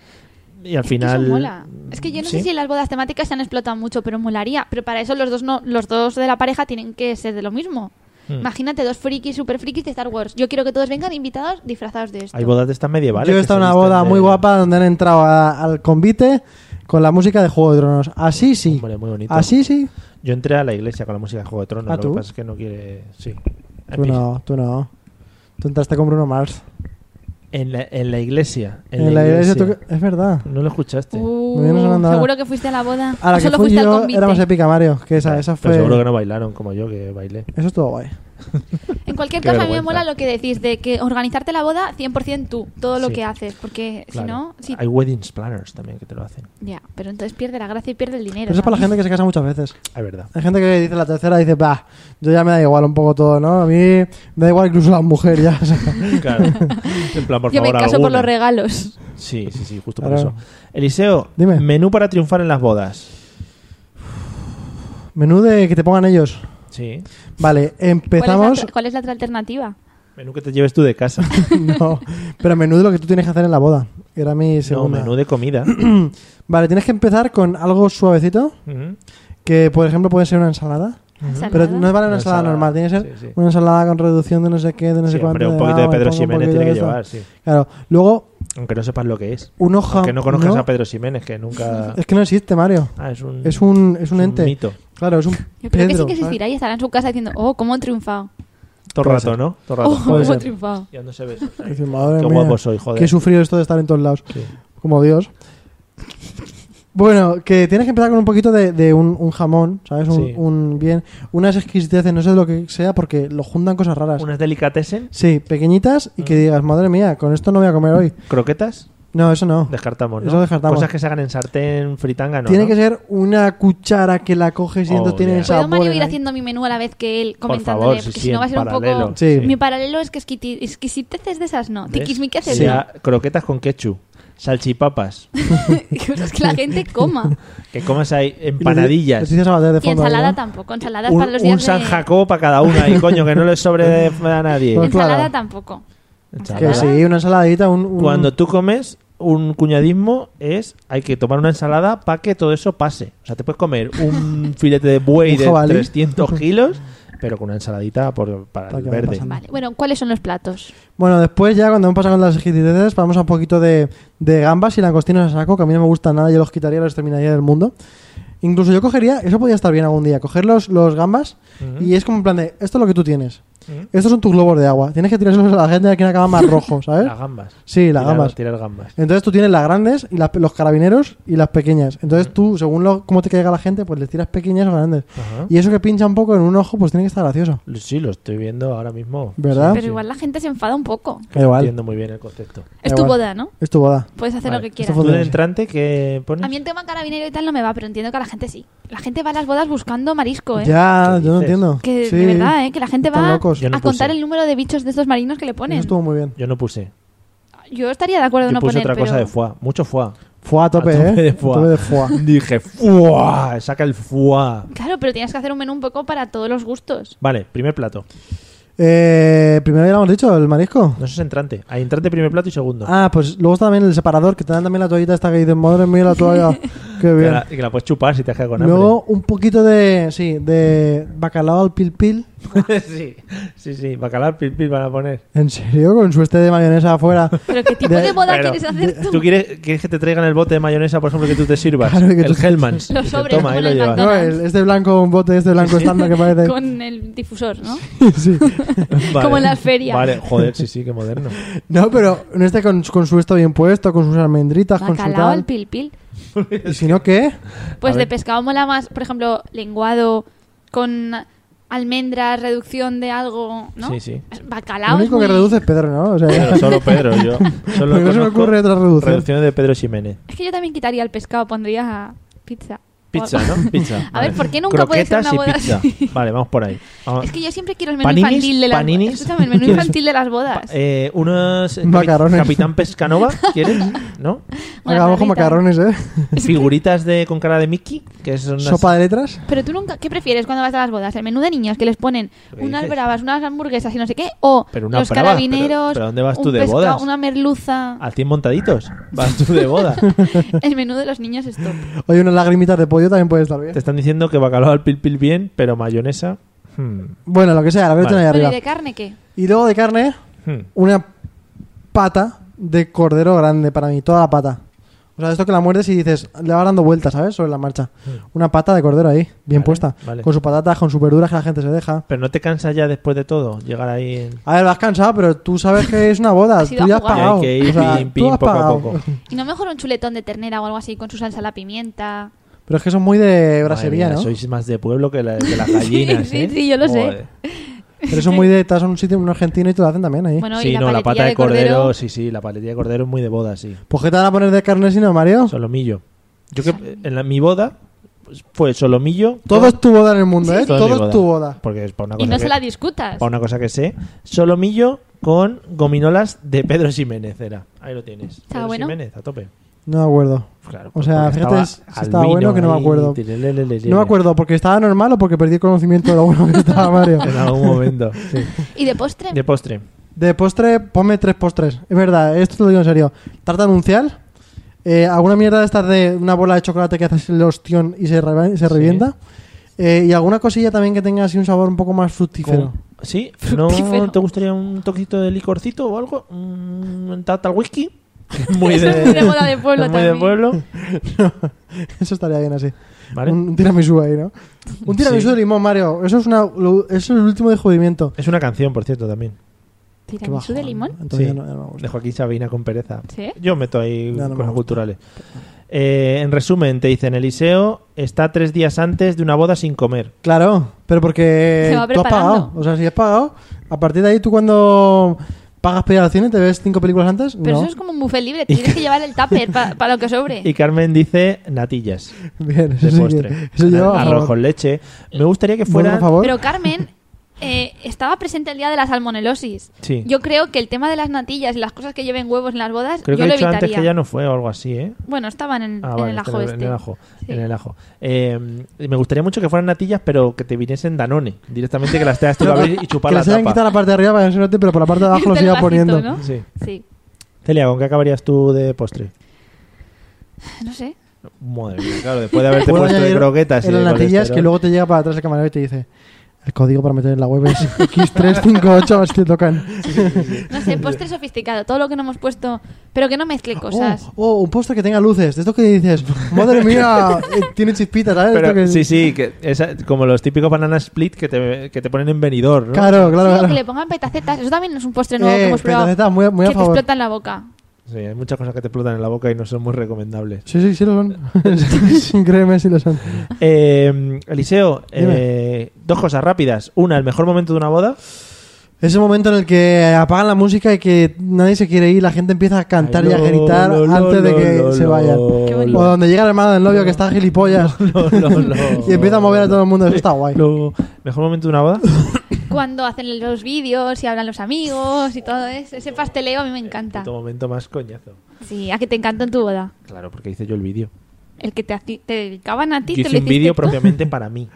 S1: y al
S3: Es que eso
S1: final.
S3: mola. Es que yo no
S1: ¿Sí?
S3: sé si las bodas temáticas se han explotado mucho, pero molaría. Pero para eso los dos no, los dos de la pareja tienen que ser de lo
S2: Mm.
S3: mismo.
S1: Hmm.
S3: Imagínate dos frikis, super frikis de Star Wars. Yo quiero que todos vengan invitados disfrazados de esto.
S1: Hay bodas de estas medievales.
S2: Yo he
S1: que
S2: estado
S1: se
S2: en una
S1: visten
S2: boda
S1: de-
S2: muy guapa donde han entrado a- al convite con la música de Juego de Tronos. Así sí.
S1: Hombre, muy bonito.
S2: Así sí.
S1: Yo entré a la iglesia con la música de Juego de Tronos.
S2: ¿Ah,
S1: lo
S2: tú?
S1: que pasa es que no quiere. Sí. En
S2: Tú
S1: fin.
S2: no, tú no. Tú entraste con Bruno Mars.
S1: En la, en la iglesia. En,
S2: En la iglesia tú... Es verdad.
S1: No lo escuchaste.
S3: Uh,
S2: Me viene sonando ahora.
S3: seguro que fuiste a la boda.
S2: A la
S3: o
S2: que
S3: solo
S2: fui
S3: fuiste al
S2: yo
S3: convite.
S2: era más épica, Mario. Que esa,
S1: Ah,
S2: esa
S1: pero
S2: fue...
S1: seguro que no bailaron como yo, que bailé.
S2: Eso estuvo guay.
S3: En cualquier
S1: Qué
S3: caso, a mí me
S1: vergüenza.
S3: mola lo que decís de que organizarte la boda 100% tú, todo lo
S1: Sí.
S3: que haces, porque
S1: Claro.
S3: si no, sí,
S1: Hay weddings planners también que te lo hacen.
S3: ya, pero entonces pierde la gracia y pierde el dinero.
S2: Pero eso es para la
S3: ¿sabes?
S2: gente que se casa muchas veces.
S1: Es verdad.
S2: Hay gente que dice la tercera, dice, bah, yo ya me da igual un poco todo, ¿no? A mí me da igual incluso la mujer ya. o sea.
S1: Claro. En plan, por
S3: Yo me
S1: favor,
S3: caso por
S1: alguna.
S3: los regalos.
S1: Sí, sí, sí, justo
S2: Claro.
S1: por eso. Eliseo,
S2: Dime.
S1: menú para triunfar en las bodas.
S2: Menú de que te pongan ellos.
S1: Sí.
S2: Vale,
S3: ¿Cuál es, la
S2: empezamos.
S3: otra- cuál es la otra alternativa?
S1: Menú que te lleves tú de casa.
S2: no, pero menú de lo que tú tienes que hacer en la boda. Era mi
S1: no,
S2: segunda.
S1: menú de comida.
S2: Vale, tienes que empezar con algo suavecito,
S1: Ujú.
S2: que por ejemplo puede ser una ensalada. Pero
S1: Una
S2: no vale una ensalada
S1: ensalada,
S2: normal, tiene que ser
S1: sí, sí.
S2: una ensalada con reducción de no sé qué, de no
S1: Sí,
S2: sé cuánto.
S1: hombre, un poquito de
S2: nada,
S1: Pedro
S2: le pongo un
S1: Ximénez
S2: poquito
S1: tiene que
S2: de esto.
S1: llevar, sí.
S2: Claro, luego
S1: Aunque no sepas lo que es.
S2: un ojo.
S1: Aunque no conozcas
S2: no,
S1: a Pedro Ximénez, que nunca.
S2: Es que no existe, Mario.
S1: Ah, es un,
S2: Es un, es un
S1: es
S2: ente.
S1: mito.
S2: Claro, es un
S3: Yo creo que
S2: Pedro,
S3: sí que
S2: ¿sabes?
S3: existirá y estará en su casa diciendo, oh, cómo he triunfado.
S1: Todo el
S2: Puede
S1: rato,
S2: ser.
S1: ¿no? Todo el rato.
S3: Oh,
S2: Puede
S3: hemos
S2: ser.
S3: triunfado.
S1: Ya no se ve.
S2: Dice, madre
S1: Qué
S2: mía,
S1: guapo soy, joder.
S2: Qué sufrido esto de estar en todos lados.
S1: Sí.
S2: Como Dios. Bueno, que tienes que empezar con un poquito de, de un, un jamón, ¿sabes? Un,
S1: Sí.
S2: un bien, unas exquisiteces, no sé lo que sea, porque lo juntan cosas raras.
S1: Unas delicatessen,
S2: Sí, pequeñitas y
S1: Ah.
S2: que digas, madre mía, con esto no voy a comer hoy.
S1: croquetas,
S2: No, eso no.
S1: descartamos, ¿no?
S2: Eso descartamos.
S1: Cosas que se hagan en sartén, fritanga, no.
S2: Tiene
S1: ¿no?
S2: que ser una cuchara que la coges y
S1: Oh,
S2: entonces tiene
S1: yeah.
S2: el
S3: ¿Puedo
S2: sabor.
S3: Mario
S2: en
S3: ir
S2: ahí.
S3: haciendo mi menú a la vez que él
S1: Por
S3: comentándole?
S1: favor, sí,
S3: porque
S1: sí,
S3: si no va a
S1: en
S3: ser un
S1: paralelo.
S3: poco...
S2: Sí.
S3: Mi paralelo es que esquiti- exquisiteces de esas no.
S1: ¿Ves?
S3: Tiquismiqueces
S1: Sí,
S3: no.
S1: ah, croquetas con ketchup, salchipapas,
S3: Cosas que la gente coma.
S1: que comas ahí
S2: Y le- le
S1: empanadillas.
S2: dices a Bater de
S3: Y
S2: fondo,
S3: ensalada
S2: ¿no?
S3: tampoco. Ensaladas
S1: Un,
S3: para los
S1: un
S3: días
S1: San
S3: de...
S1: Jacobo para cada uno ahí, coño, que no le sobre a nadie.
S2: Pues
S3: Ensalada
S2: claro.
S3: tampoco.
S1: Ensalada.
S2: Que sí, una ensaladita, un... un-
S1: Cuando tú comes, un cuñadismo es hay que tomar una ensalada para que todo eso pase. O sea, te puedes comer un filete de buey
S2: Un
S1: de
S2: jabalí.
S1: 300 kilos, pero con una ensaladita por- para
S2: Para
S1: el
S2: que vaya
S1: verde.
S2: pasando.
S3: Vale. Bueno, ¿cuáles son los platos?
S2: Bueno, después ya cuando hemos pasado con las exquisiteces, vamos a un poquito de, de gambas y langostinos a saco, que a mí no me gustan nada, yo los quitaría, los terminaría del mundo. Incluso yo cogería, eso podría estar bien algún día, coger los, los gambas y es como en plan de, esto es lo que tú tienes.
S1: Ujú.
S2: Estos son tus globos de agua. Tienes que tirárselos a la gente de quien acaba más rojo, ¿sabes?
S1: Las gambas.
S2: ¿Eh? Sí, las
S1: Tirar-
S2: gambas.
S1: Tirar gambas.
S2: Entonces tú tienes las grandes, y las, los carabineros y las pequeñas. Entonces tú, según lo, cómo te caiga la gente, pues les tiras pequeñas o grandes.
S1: Ajá.
S2: Y eso que pincha un poco en un ojo, pues tiene que estar gracioso.
S1: Sí, lo estoy viendo ahora mismo.
S2: ¿Verdad?
S3: Pero igual la gente se enfada un poco.
S1: Que no
S2: Igual.
S1: entiendo muy bien el concepto.
S3: Es
S2: Da
S3: tu
S2: igual.
S3: boda, ¿no?
S2: Es tu boda.
S3: Puedes hacer
S1: Vale.
S3: lo que quieras.
S2: fue
S1: ¿Tú
S2: Joder.
S1: de entrante que pones?
S3: A mí el tema carabinero y tal no me va, pero entiendo que la gente sí. La gente va a las bodas buscando marisco, ¿eh?
S2: Ya,
S1: ¿Qué
S2: yo no
S1: dices?
S2: entiendo.
S3: Que
S2: Sí.
S3: de verdad, ¿eh? Que la gente
S2: Están
S3: va
S2: locos.
S1: Yo no
S3: a contar
S1: puse.
S3: el número de bichos de estos marinos que le
S2: Eso
S3: ponen.
S2: estuvo muy bien.
S1: Yo no puse.
S3: Yo estaría de acuerdo en
S1: Yo
S3: no
S1: puse
S3: poner,
S1: otra
S3: pero...
S1: cosa de foie. Mucho foie.
S2: Fue a tope,
S1: A tope
S2: ¿eh?
S1: de
S2: A
S1: foie.
S2: tope de foie.
S1: Dije, ¡fua! Saca el foie.
S3: Claro, pero tienes que hacer un menú un poco para todos los gustos.
S1: Vale, primer plato.
S2: Eh, primero ya lo hemos dicho, el marisco.
S1: No eso es entrante. Hay entrante, primer plato y segundo.
S2: Ah, pues luego está también el separador, que te dan también la toallita esta que dices, madre mía, la toalla. Qué
S1: que,
S2: bien.
S1: la, que la puedes chupar si te has quedado con hambre.
S2: Luego un poquito de, sí, de bacalao al pil pil.
S1: sí, sí, sí. Bacalao, pil, pil van a poner.
S2: ¿En serio? Con su este de mayonesa afuera.
S3: ¿Pero qué tipo
S2: De-
S3: de, boda
S1: Pero-
S3: quieres hacer tú?
S1: ¿Tú quieres, quieres que te traigan el bote de mayonesa, por ejemplo, que tú te sirvas?
S2: Claro, que
S1: el
S2: tú-
S1: Hellmann's.
S3: Los
S1: Dice,
S3: sobres,
S1: Toma,
S3: como
S1: ahí
S3: en
S1: lo
S3: el
S1: llevas.
S2: No, el- este blanco, un bote este blanco estándar que parece...
S3: Con el difusor, ¿no?
S2: Sí.
S1: Vale.
S3: Como en las ferias.
S1: Vale, joder, sí, sí, qué moderno.
S2: No, pero en este con, con su esto bien puesto, con sus almendritas, con su
S3: Bacalao al
S2: tal.
S3: pil pil.
S2: ¿Y si no qué?
S1: A
S3: Pues de
S1: ver.
S3: pescado mola más, por ejemplo, lenguado con almendras, reducción de algo, ¿no?
S1: Sí, sí.
S3: Bacalao
S2: Lo único que
S3: es muy-
S2: reduce es Pedro, Pues ¿no? O sea,
S1: Pero solo Pedro, yo. Solo
S2: Porque no se me
S1: conozco
S2: ocurre otra reducción.
S1: Reducciones de Pedro Ximénez.
S3: Es que yo también quitaría el pescado, pondría pizza.
S1: Pizza,
S3: O-
S1: ¿no? Pizza.
S3: A ver, ¿por qué nunca puede ser
S1: Croquetas
S3: una boda
S1: y pizza.
S3: así?
S1: Vale, vamos por ahí. Vamos.
S3: Es que yo siempre quiero el menú
S1: ¿Paninis?
S3: infantil de las
S1: ¿Paninis?
S3: bodas. Escúchame, el menú
S1: ¿Quieres-
S3: infantil de las bodas.
S1: Eh, unos eh,
S2: Macarrones.
S1: capitán pescanova ¿quieres? ¿no?
S3: Una
S2: acabamos con
S3: tarrita.
S2: macarrones, ¿eh?
S1: figuritas de con cara de Mickey que son unas-
S2: Sopa de letras.
S3: Pero tú nunca, ¿qué prefieres cuando vas a las bodas? ¿El menú de niños que les ponen
S1: ¿Pero qué
S3: unas
S1: dices?
S3: bravas, unas hamburguesas y no sé qué? ¿O
S1: Pero unas
S3: los
S1: bravas,
S3: carabineros,
S1: pero- pero ¿dónde vas tú
S3: un
S1: de
S3: pescado,
S1: bodas? Ah.
S3: una merluza?
S1: al 100 montaditos vas tú de boda
S3: El menú de los niños es top.
S2: Oye, unas lagrimitas de pollo también puede estar bien.
S1: te están diciendo que bacalao al pil pil bien pero mayonesa hmm,
S2: Bueno, lo que sea, lo que
S1: Vale.
S2: tienen ahí
S3: Pero ¿y
S2: arriba.
S3: de carne qué?
S2: Y luego de carne,
S1: hmm.
S2: una pata de cordero grande para mí, toda la pata. O sea, esto que la muerdes y dices, le va dando vueltas, ¿sabes? Sobre la marcha. Una pata de cordero ahí, bien
S1: Mm. Vale,
S2: puesta.
S1: vale.
S2: Con sus patatas, con sus verduras que la gente se deja.
S1: pero no te cansas ya después de todo llegar ahí en...
S2: A ver, vas cansado, pero tú sabes que es una boda.
S3: Has ido
S2: tú
S3: a
S2: ya has
S3: jugar.
S2: pagado.
S1: Y hay que ir
S2: O sea,
S1: pim,
S2: tú
S1: pim,
S2: has
S1: poco a
S2: pagado.
S1: poco.
S3: ¿Y no mejor un chuletón de ternera o algo así con su salsa a la pimienta?
S2: Pero es que son muy de brasería,
S1: Madre mía,
S2: ¿no?
S1: sois más de pueblo que, la- que las gallinas
S3: Sí,
S1: ¿eh?
S3: sí, yo lo sé.
S1: Joder.
S2: Pero son muy de. Estás en un sitio, en un argentino y te lo hacen también ahí.
S3: Bueno,
S1: sí
S3: y la
S1: no la
S3: paletilla
S1: pata de,
S3: de
S1: cordero,
S3: cordero.
S1: sí sí la paletilla de cordero es muy de boda sí
S2: ¿Pues qué te van a poner de carne sino, Mario?
S1: solomillo yo que en la- mi boda pues, fue solomillo
S2: Todo es tu boda en el mundo, ¿eh?
S1: Todo es mi
S2: Todo es tu boda.
S1: porque es para una
S3: Y
S1: cosa
S3: no
S1: que-
S3: se la discutas.
S1: Para una cosa que sé, solomillo con gominolas de Pedro Ximénez era. Ahí lo tienes. Pedro
S3: bueno?
S1: Ximénez, a tope.
S2: No me acuerdo.
S1: Claro,
S2: O sea,
S1: porque
S2: fíjate si
S1: al
S2: estaba
S1: vino
S2: bueno que no me
S1: ahí,
S2: acuerdo.
S1: tirelelelele.
S2: No me acuerdo porque estaba normal o porque perdí el conocimiento de lo bueno que estaba Mario.
S1: En algún momento. sí.
S3: ¿Y de postre?
S1: De postre.
S2: De postre, ponme tres postres. Es verdad, esto te lo digo en serio. Tarta nuncial. eh, alguna mierda de estas de una bola de chocolate que haces el ostión y se, reva- se
S1: Sí.
S2: revienta. eh, y alguna cosilla también que tenga así un sabor un poco más fructífero.
S1: Con- ¿Sí? ¿No
S3: Fructífero.
S1: te gustaría un toquito de licorcito o algo? ¿Un tata al whisky? Muy
S3: Eso
S1: de,
S3: es muy de boda de pueblo
S1: muy de
S3: también.
S1: pueblo.
S2: Eso estaría bien así.
S1: Vale.
S2: Un tiramisú ahí, ¿no? Un tiramisú
S1: Sí.
S2: de limón, Mario. Eso es, una, lo- eso es el último descubrimiento.
S1: Es una canción, por cierto, también.
S2: Qué
S3: ¿Tiramisú de
S2: bajón.
S3: limón?
S2: Entonces
S1: Sí.
S2: ya no, ya no me gusta.
S1: De Joaquín Sabina con pereza.
S3: ¿Sí?
S1: Yo meto ahí
S2: Ya no me
S1: cosas
S2: gusta.
S1: culturales. Eh, en resumen, te dicen, Eliseo está tres días antes de una boda sin comer.
S2: Claro, pero porque
S3: Se va
S2: tú has pagado.
S3: preparando.
S2: O sea, si has pagado, a partir de ahí tú cuando pagas para ir al cine, ¿te ves cinco películas antes?
S3: Pero
S2: no.
S3: eso es como un buffet libre, tienes que llevar el tupper para lo que sobre.
S1: Y Carmen dice natillas
S2: Bien, eso
S1: de
S2: sí que-
S1: postre.
S2: eso yo, a
S1: Arroz
S2: favor.
S1: con leche. Me gustaría que
S2: Voto
S1: fuera...
S2: a favor.
S3: Pero Carmen eh, estaba presente el día de la salmonelosis.
S1: Sí.
S3: Yo creo que el tema de las natillas y las cosas que lleven huevos en las bodas,
S1: Creo que
S3: yo
S1: he
S3: lo
S1: dicho
S3: evitaría.
S1: antes que ya no fue o algo así, ¿eh?
S3: Bueno, estaban en,
S1: Ah,
S3: en
S1: vale,
S3: el ajo
S1: está en, en
S3: este.
S1: el ajo.
S3: Sí.
S1: en el ajo. Eh, me gustaría mucho que fueran natillas, pero que te viniesen Danone. Directamente que las tengas tú que abrir y chupar
S2: que
S1: la
S2: les hayan
S1: tapa.
S2: quitado la parte de arriba para que no se note, pero por la parte de abajo lo
S3: Del
S2: siga
S3: vasito,
S2: poniendo.
S3: ¿no?
S1: Sí.
S3: Sí.
S1: Celia, ¿con qué acabarías tú de postre?
S3: No sé.
S1: Madre mía, claro, después de haberte
S2: Puedo
S1: Este puesto de
S2: añadir
S1: croquetas y
S2: en
S1: de
S2: las natillas
S1: colesterol.
S2: que luego te llega para atrás el camarero y te dice el código para meter en la web es X358 a ver si te tocan.
S3: No sé, postre sofisticado, todo lo que no hemos puesto, pero que no mezcle cosas.
S2: Oh, oh, un postre que tenga luces. De esto que dices, madre mía, eh, tiene chispitas, ¿sabes?
S1: Pero,
S2: Esto que-
S1: Sí, sí, que esa- como los típicos banana split que te, que te ponen en venidor, ¿no?
S2: Claro, claro,
S3: Sí, o
S2: claro.
S3: que le pongan petacetas, eso también es un postre nuevo que
S2: Eh,
S3: hemos probado.
S2: petacetas, muy- muy a
S3: que te
S2: favor.
S3: explota en la boca.
S1: Sí, hay muchas cosas que te explotan en la boca y no son muy recomendables.
S2: Sí, sí, sí lo son. Sin créeme, sí lo son.
S1: Eh, Eliseo, eh, dos cosas rápidas. Una, el mejor momento de una boda.
S2: Ese momento en el que apagan la música y que nadie se quiere ir, la gente empieza a cantar
S1: Ay,
S2: y a
S1: lo,
S2: gritar
S1: lo, lo,
S2: antes de
S1: lo,
S2: que
S1: lo,
S2: se
S1: lo,
S2: vayan.
S3: Qué
S2: O
S3: bonito.
S1: lo,
S2: donde llega el hermano del novio que está gilipollas
S1: lo, lo, lo.
S2: y empieza a mover a todo el mundo. Eso está guay.
S1: Lo- ¿Mejor momento de una boda?
S3: Cuando hacen los vídeos y hablan los amigos y todo eso, ese pasteleo a mí me encanta.
S1: Puto momento más coñazo.
S3: Sí, a que te encantó en tu boda.
S1: Claro, porque hice yo el vídeo.
S3: El que te, haci- te dedicaban a ti,
S1: Yo
S3: te lo
S1: hice un
S3: hiciste
S1: vídeo
S3: tú.
S1: propiamente para mí.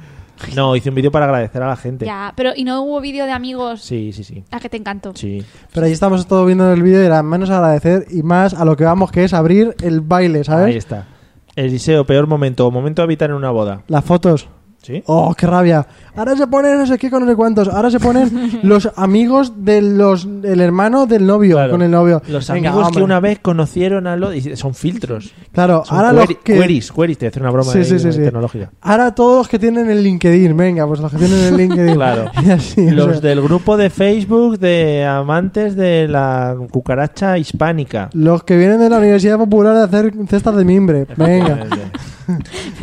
S1: No, hice un vídeo para agradecer a la gente.
S3: Ya, pero y no hubo vídeo de amigos
S1: Sí, sí, sí.
S3: a que te encantó.
S1: Sí.
S2: Pero ahí estamos todos viendo el vídeo y era menos agradecer y más a lo que vamos, que es abrir el baile,
S1: Ahí
S2: ¿sabes?
S1: está. Eliseo, peor momento. o Momento a habitar en una boda.
S2: Las fotos.
S1: ¿Sí?
S2: ¡Oh, qué rabia! Ahora se ponen no sé qué con no sé cuántos. Ahora se ponen los amigos de los, del hermano del novio
S1: Claro.
S2: con el novio.
S1: Los
S2: Venga,
S1: amigos
S2: hombre.
S1: que una vez conocieron a los... y Son filtros.
S2: Claro,
S1: Son
S2: ahora
S1: query-
S2: los que...
S1: Queries, queries. Te voy a hacer una broma
S2: Sí,
S1: ahí
S2: sí, sí,
S1: de
S2: sí.
S1: tecnológica.
S2: Ahora todos los que tienen el LinkedIn. Venga, pues los que tienen el LinkedIn.
S1: Claro.
S2: Y así, o
S1: Los
S2: sea,
S1: del grupo de Facebook de amantes de la cucaracha hispánica.
S2: los que vienen de la Universidad Popular a hacer cestas de mimbre. Venga.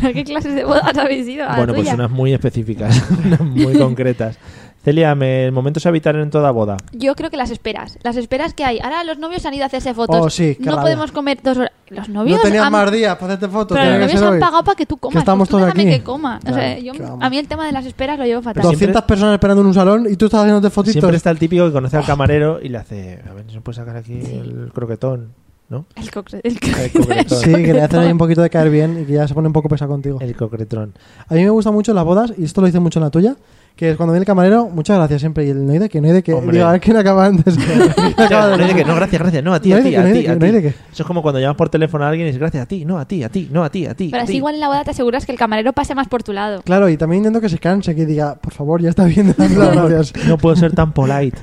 S3: ¿Pero qué clases de bodas habéis ido? A la
S1: Bueno, pues
S3: tuya.
S1: unas muy específicas, unas muy concretas. Celia, me, el momento es habitar en toda boda.
S3: Yo creo que las esperas. Las esperas que hay. Ahora los novios han ido a hacerse fotos.
S2: Oh, sí, qué
S3: no
S2: rabia.
S3: podemos comer dos horas. Los novios
S2: No tenías
S3: han...
S2: más días para hacerte fotos.
S3: Pero los
S2: tenía que
S3: novios
S2: ser
S3: han
S2: hoy.
S3: pagado para que tú comas.
S2: Que estamos
S3: Pues tú
S2: todos
S3: déjame
S2: aquí.
S3: que coma. O
S2: Claro,
S3: sea, yo-
S2: que vamos.
S3: a mí el tema de las esperas lo llevo fatal.
S2: 200
S1: siempre-
S2: personas esperando en un salón y tú estás haciéndote fotitos.
S1: Siempre está el típico que conoce
S2: Ah.
S1: al camarero y le hace, a ver, ¿no se puede sacar aquí el croquetón? ¿No?
S3: El cocre- el
S1: El
S3: cocre-
S1: cocretón.
S2: Sí, que le hacen ahí un poquito de caer bien y que ya se pone un poco pesa contigo.
S1: El croquetón.
S2: A mí me gustan mucho las bodas, y esto lo hice mucho en la tuya, que es cuando viene el camarero, muchas gracias siempre, y el no hay de que, no hay de que,
S1: Hombre.
S2: digo, a ver quién acaba antes. ¿Quién acaba
S1: No,
S2: de-
S1: hay de qué, no, gracias, gracias, no, a ti,
S2: No
S1: a
S2: hay de
S1: ti,
S2: qué,
S1: a
S2: no hay de
S1: ti,
S2: qué,
S1: a
S2: no hay
S1: ti.
S2: de qué.
S1: Eso es como cuando llamas por teléfono a alguien y dices, gracias a ti, no, a ti, a ti, no, a ti, a ti.
S3: Pero
S1: a
S3: así
S1: ti.
S3: igual en la boda te aseguras que el camarero pase más por tu lado.
S2: Claro, y también intento que se canse, que diga, por favor, ya está bien, dame las gracias.
S1: No puedo ser tan polite.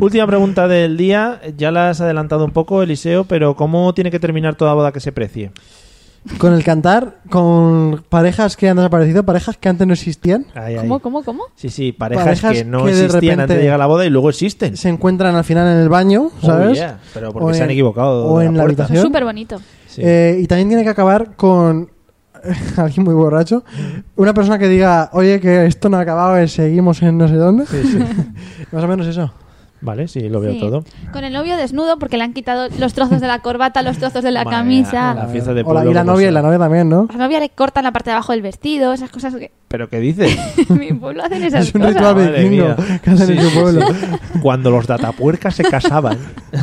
S1: Última pregunta del día. Ya la has adelantado un poco, Eliseo, pero ¿cómo tiene que terminar toda boda que se precie?
S2: Con el cantar, con parejas que han desaparecido, parejas que antes no existían,
S1: Ay, ay.
S3: ¿Cómo, cómo, cómo?
S1: Sí, sí, parejas,
S2: Parejas
S1: que no
S2: que de
S1: existían antes de
S2: repente-
S1: llegar a la boda y luego existen.
S2: se encuentran al final en el baño,
S1: Oh,
S2: ¿sabes?
S1: yeah, Pero
S2: O
S1: porque se
S2: en-
S1: han equivocado.
S2: o
S1: de
S2: en la
S1: puerta.
S3: Eso es
S2: ¿Acción?
S3: súper bonito.
S1: Sí.
S2: Eh, y también tiene que acabar con alguien muy borracho, una persona que diga, oye, que esto no ha acabado, que seguimos en no sé dónde. Más o menos eso.
S1: Vale, sí, lo veo
S3: Sí.
S1: todo.
S3: Con el novio desnudo porque le han quitado los trozos de la corbata, los trozos de la
S1: Madre
S3: camisa.
S1: mía, la fiesta de
S2: Ah, O la-
S1: pueblo
S2: y la
S1: como
S2: novia, y
S1: son.
S2: la novia también, ¿no?
S3: A la novia le cortan la parte de abajo del vestido, esas cosas que
S1: ¿Pero qué dices?
S3: en mi pueblo hacen esas
S2: Es un
S3: cosas.
S2: ritual
S1: Madre
S2: vikingo
S1: mía.
S2: que hacen
S1: Sí,
S2: en su
S1: sí,
S2: pueblo.
S1: Cuando los datapuercas se casaban,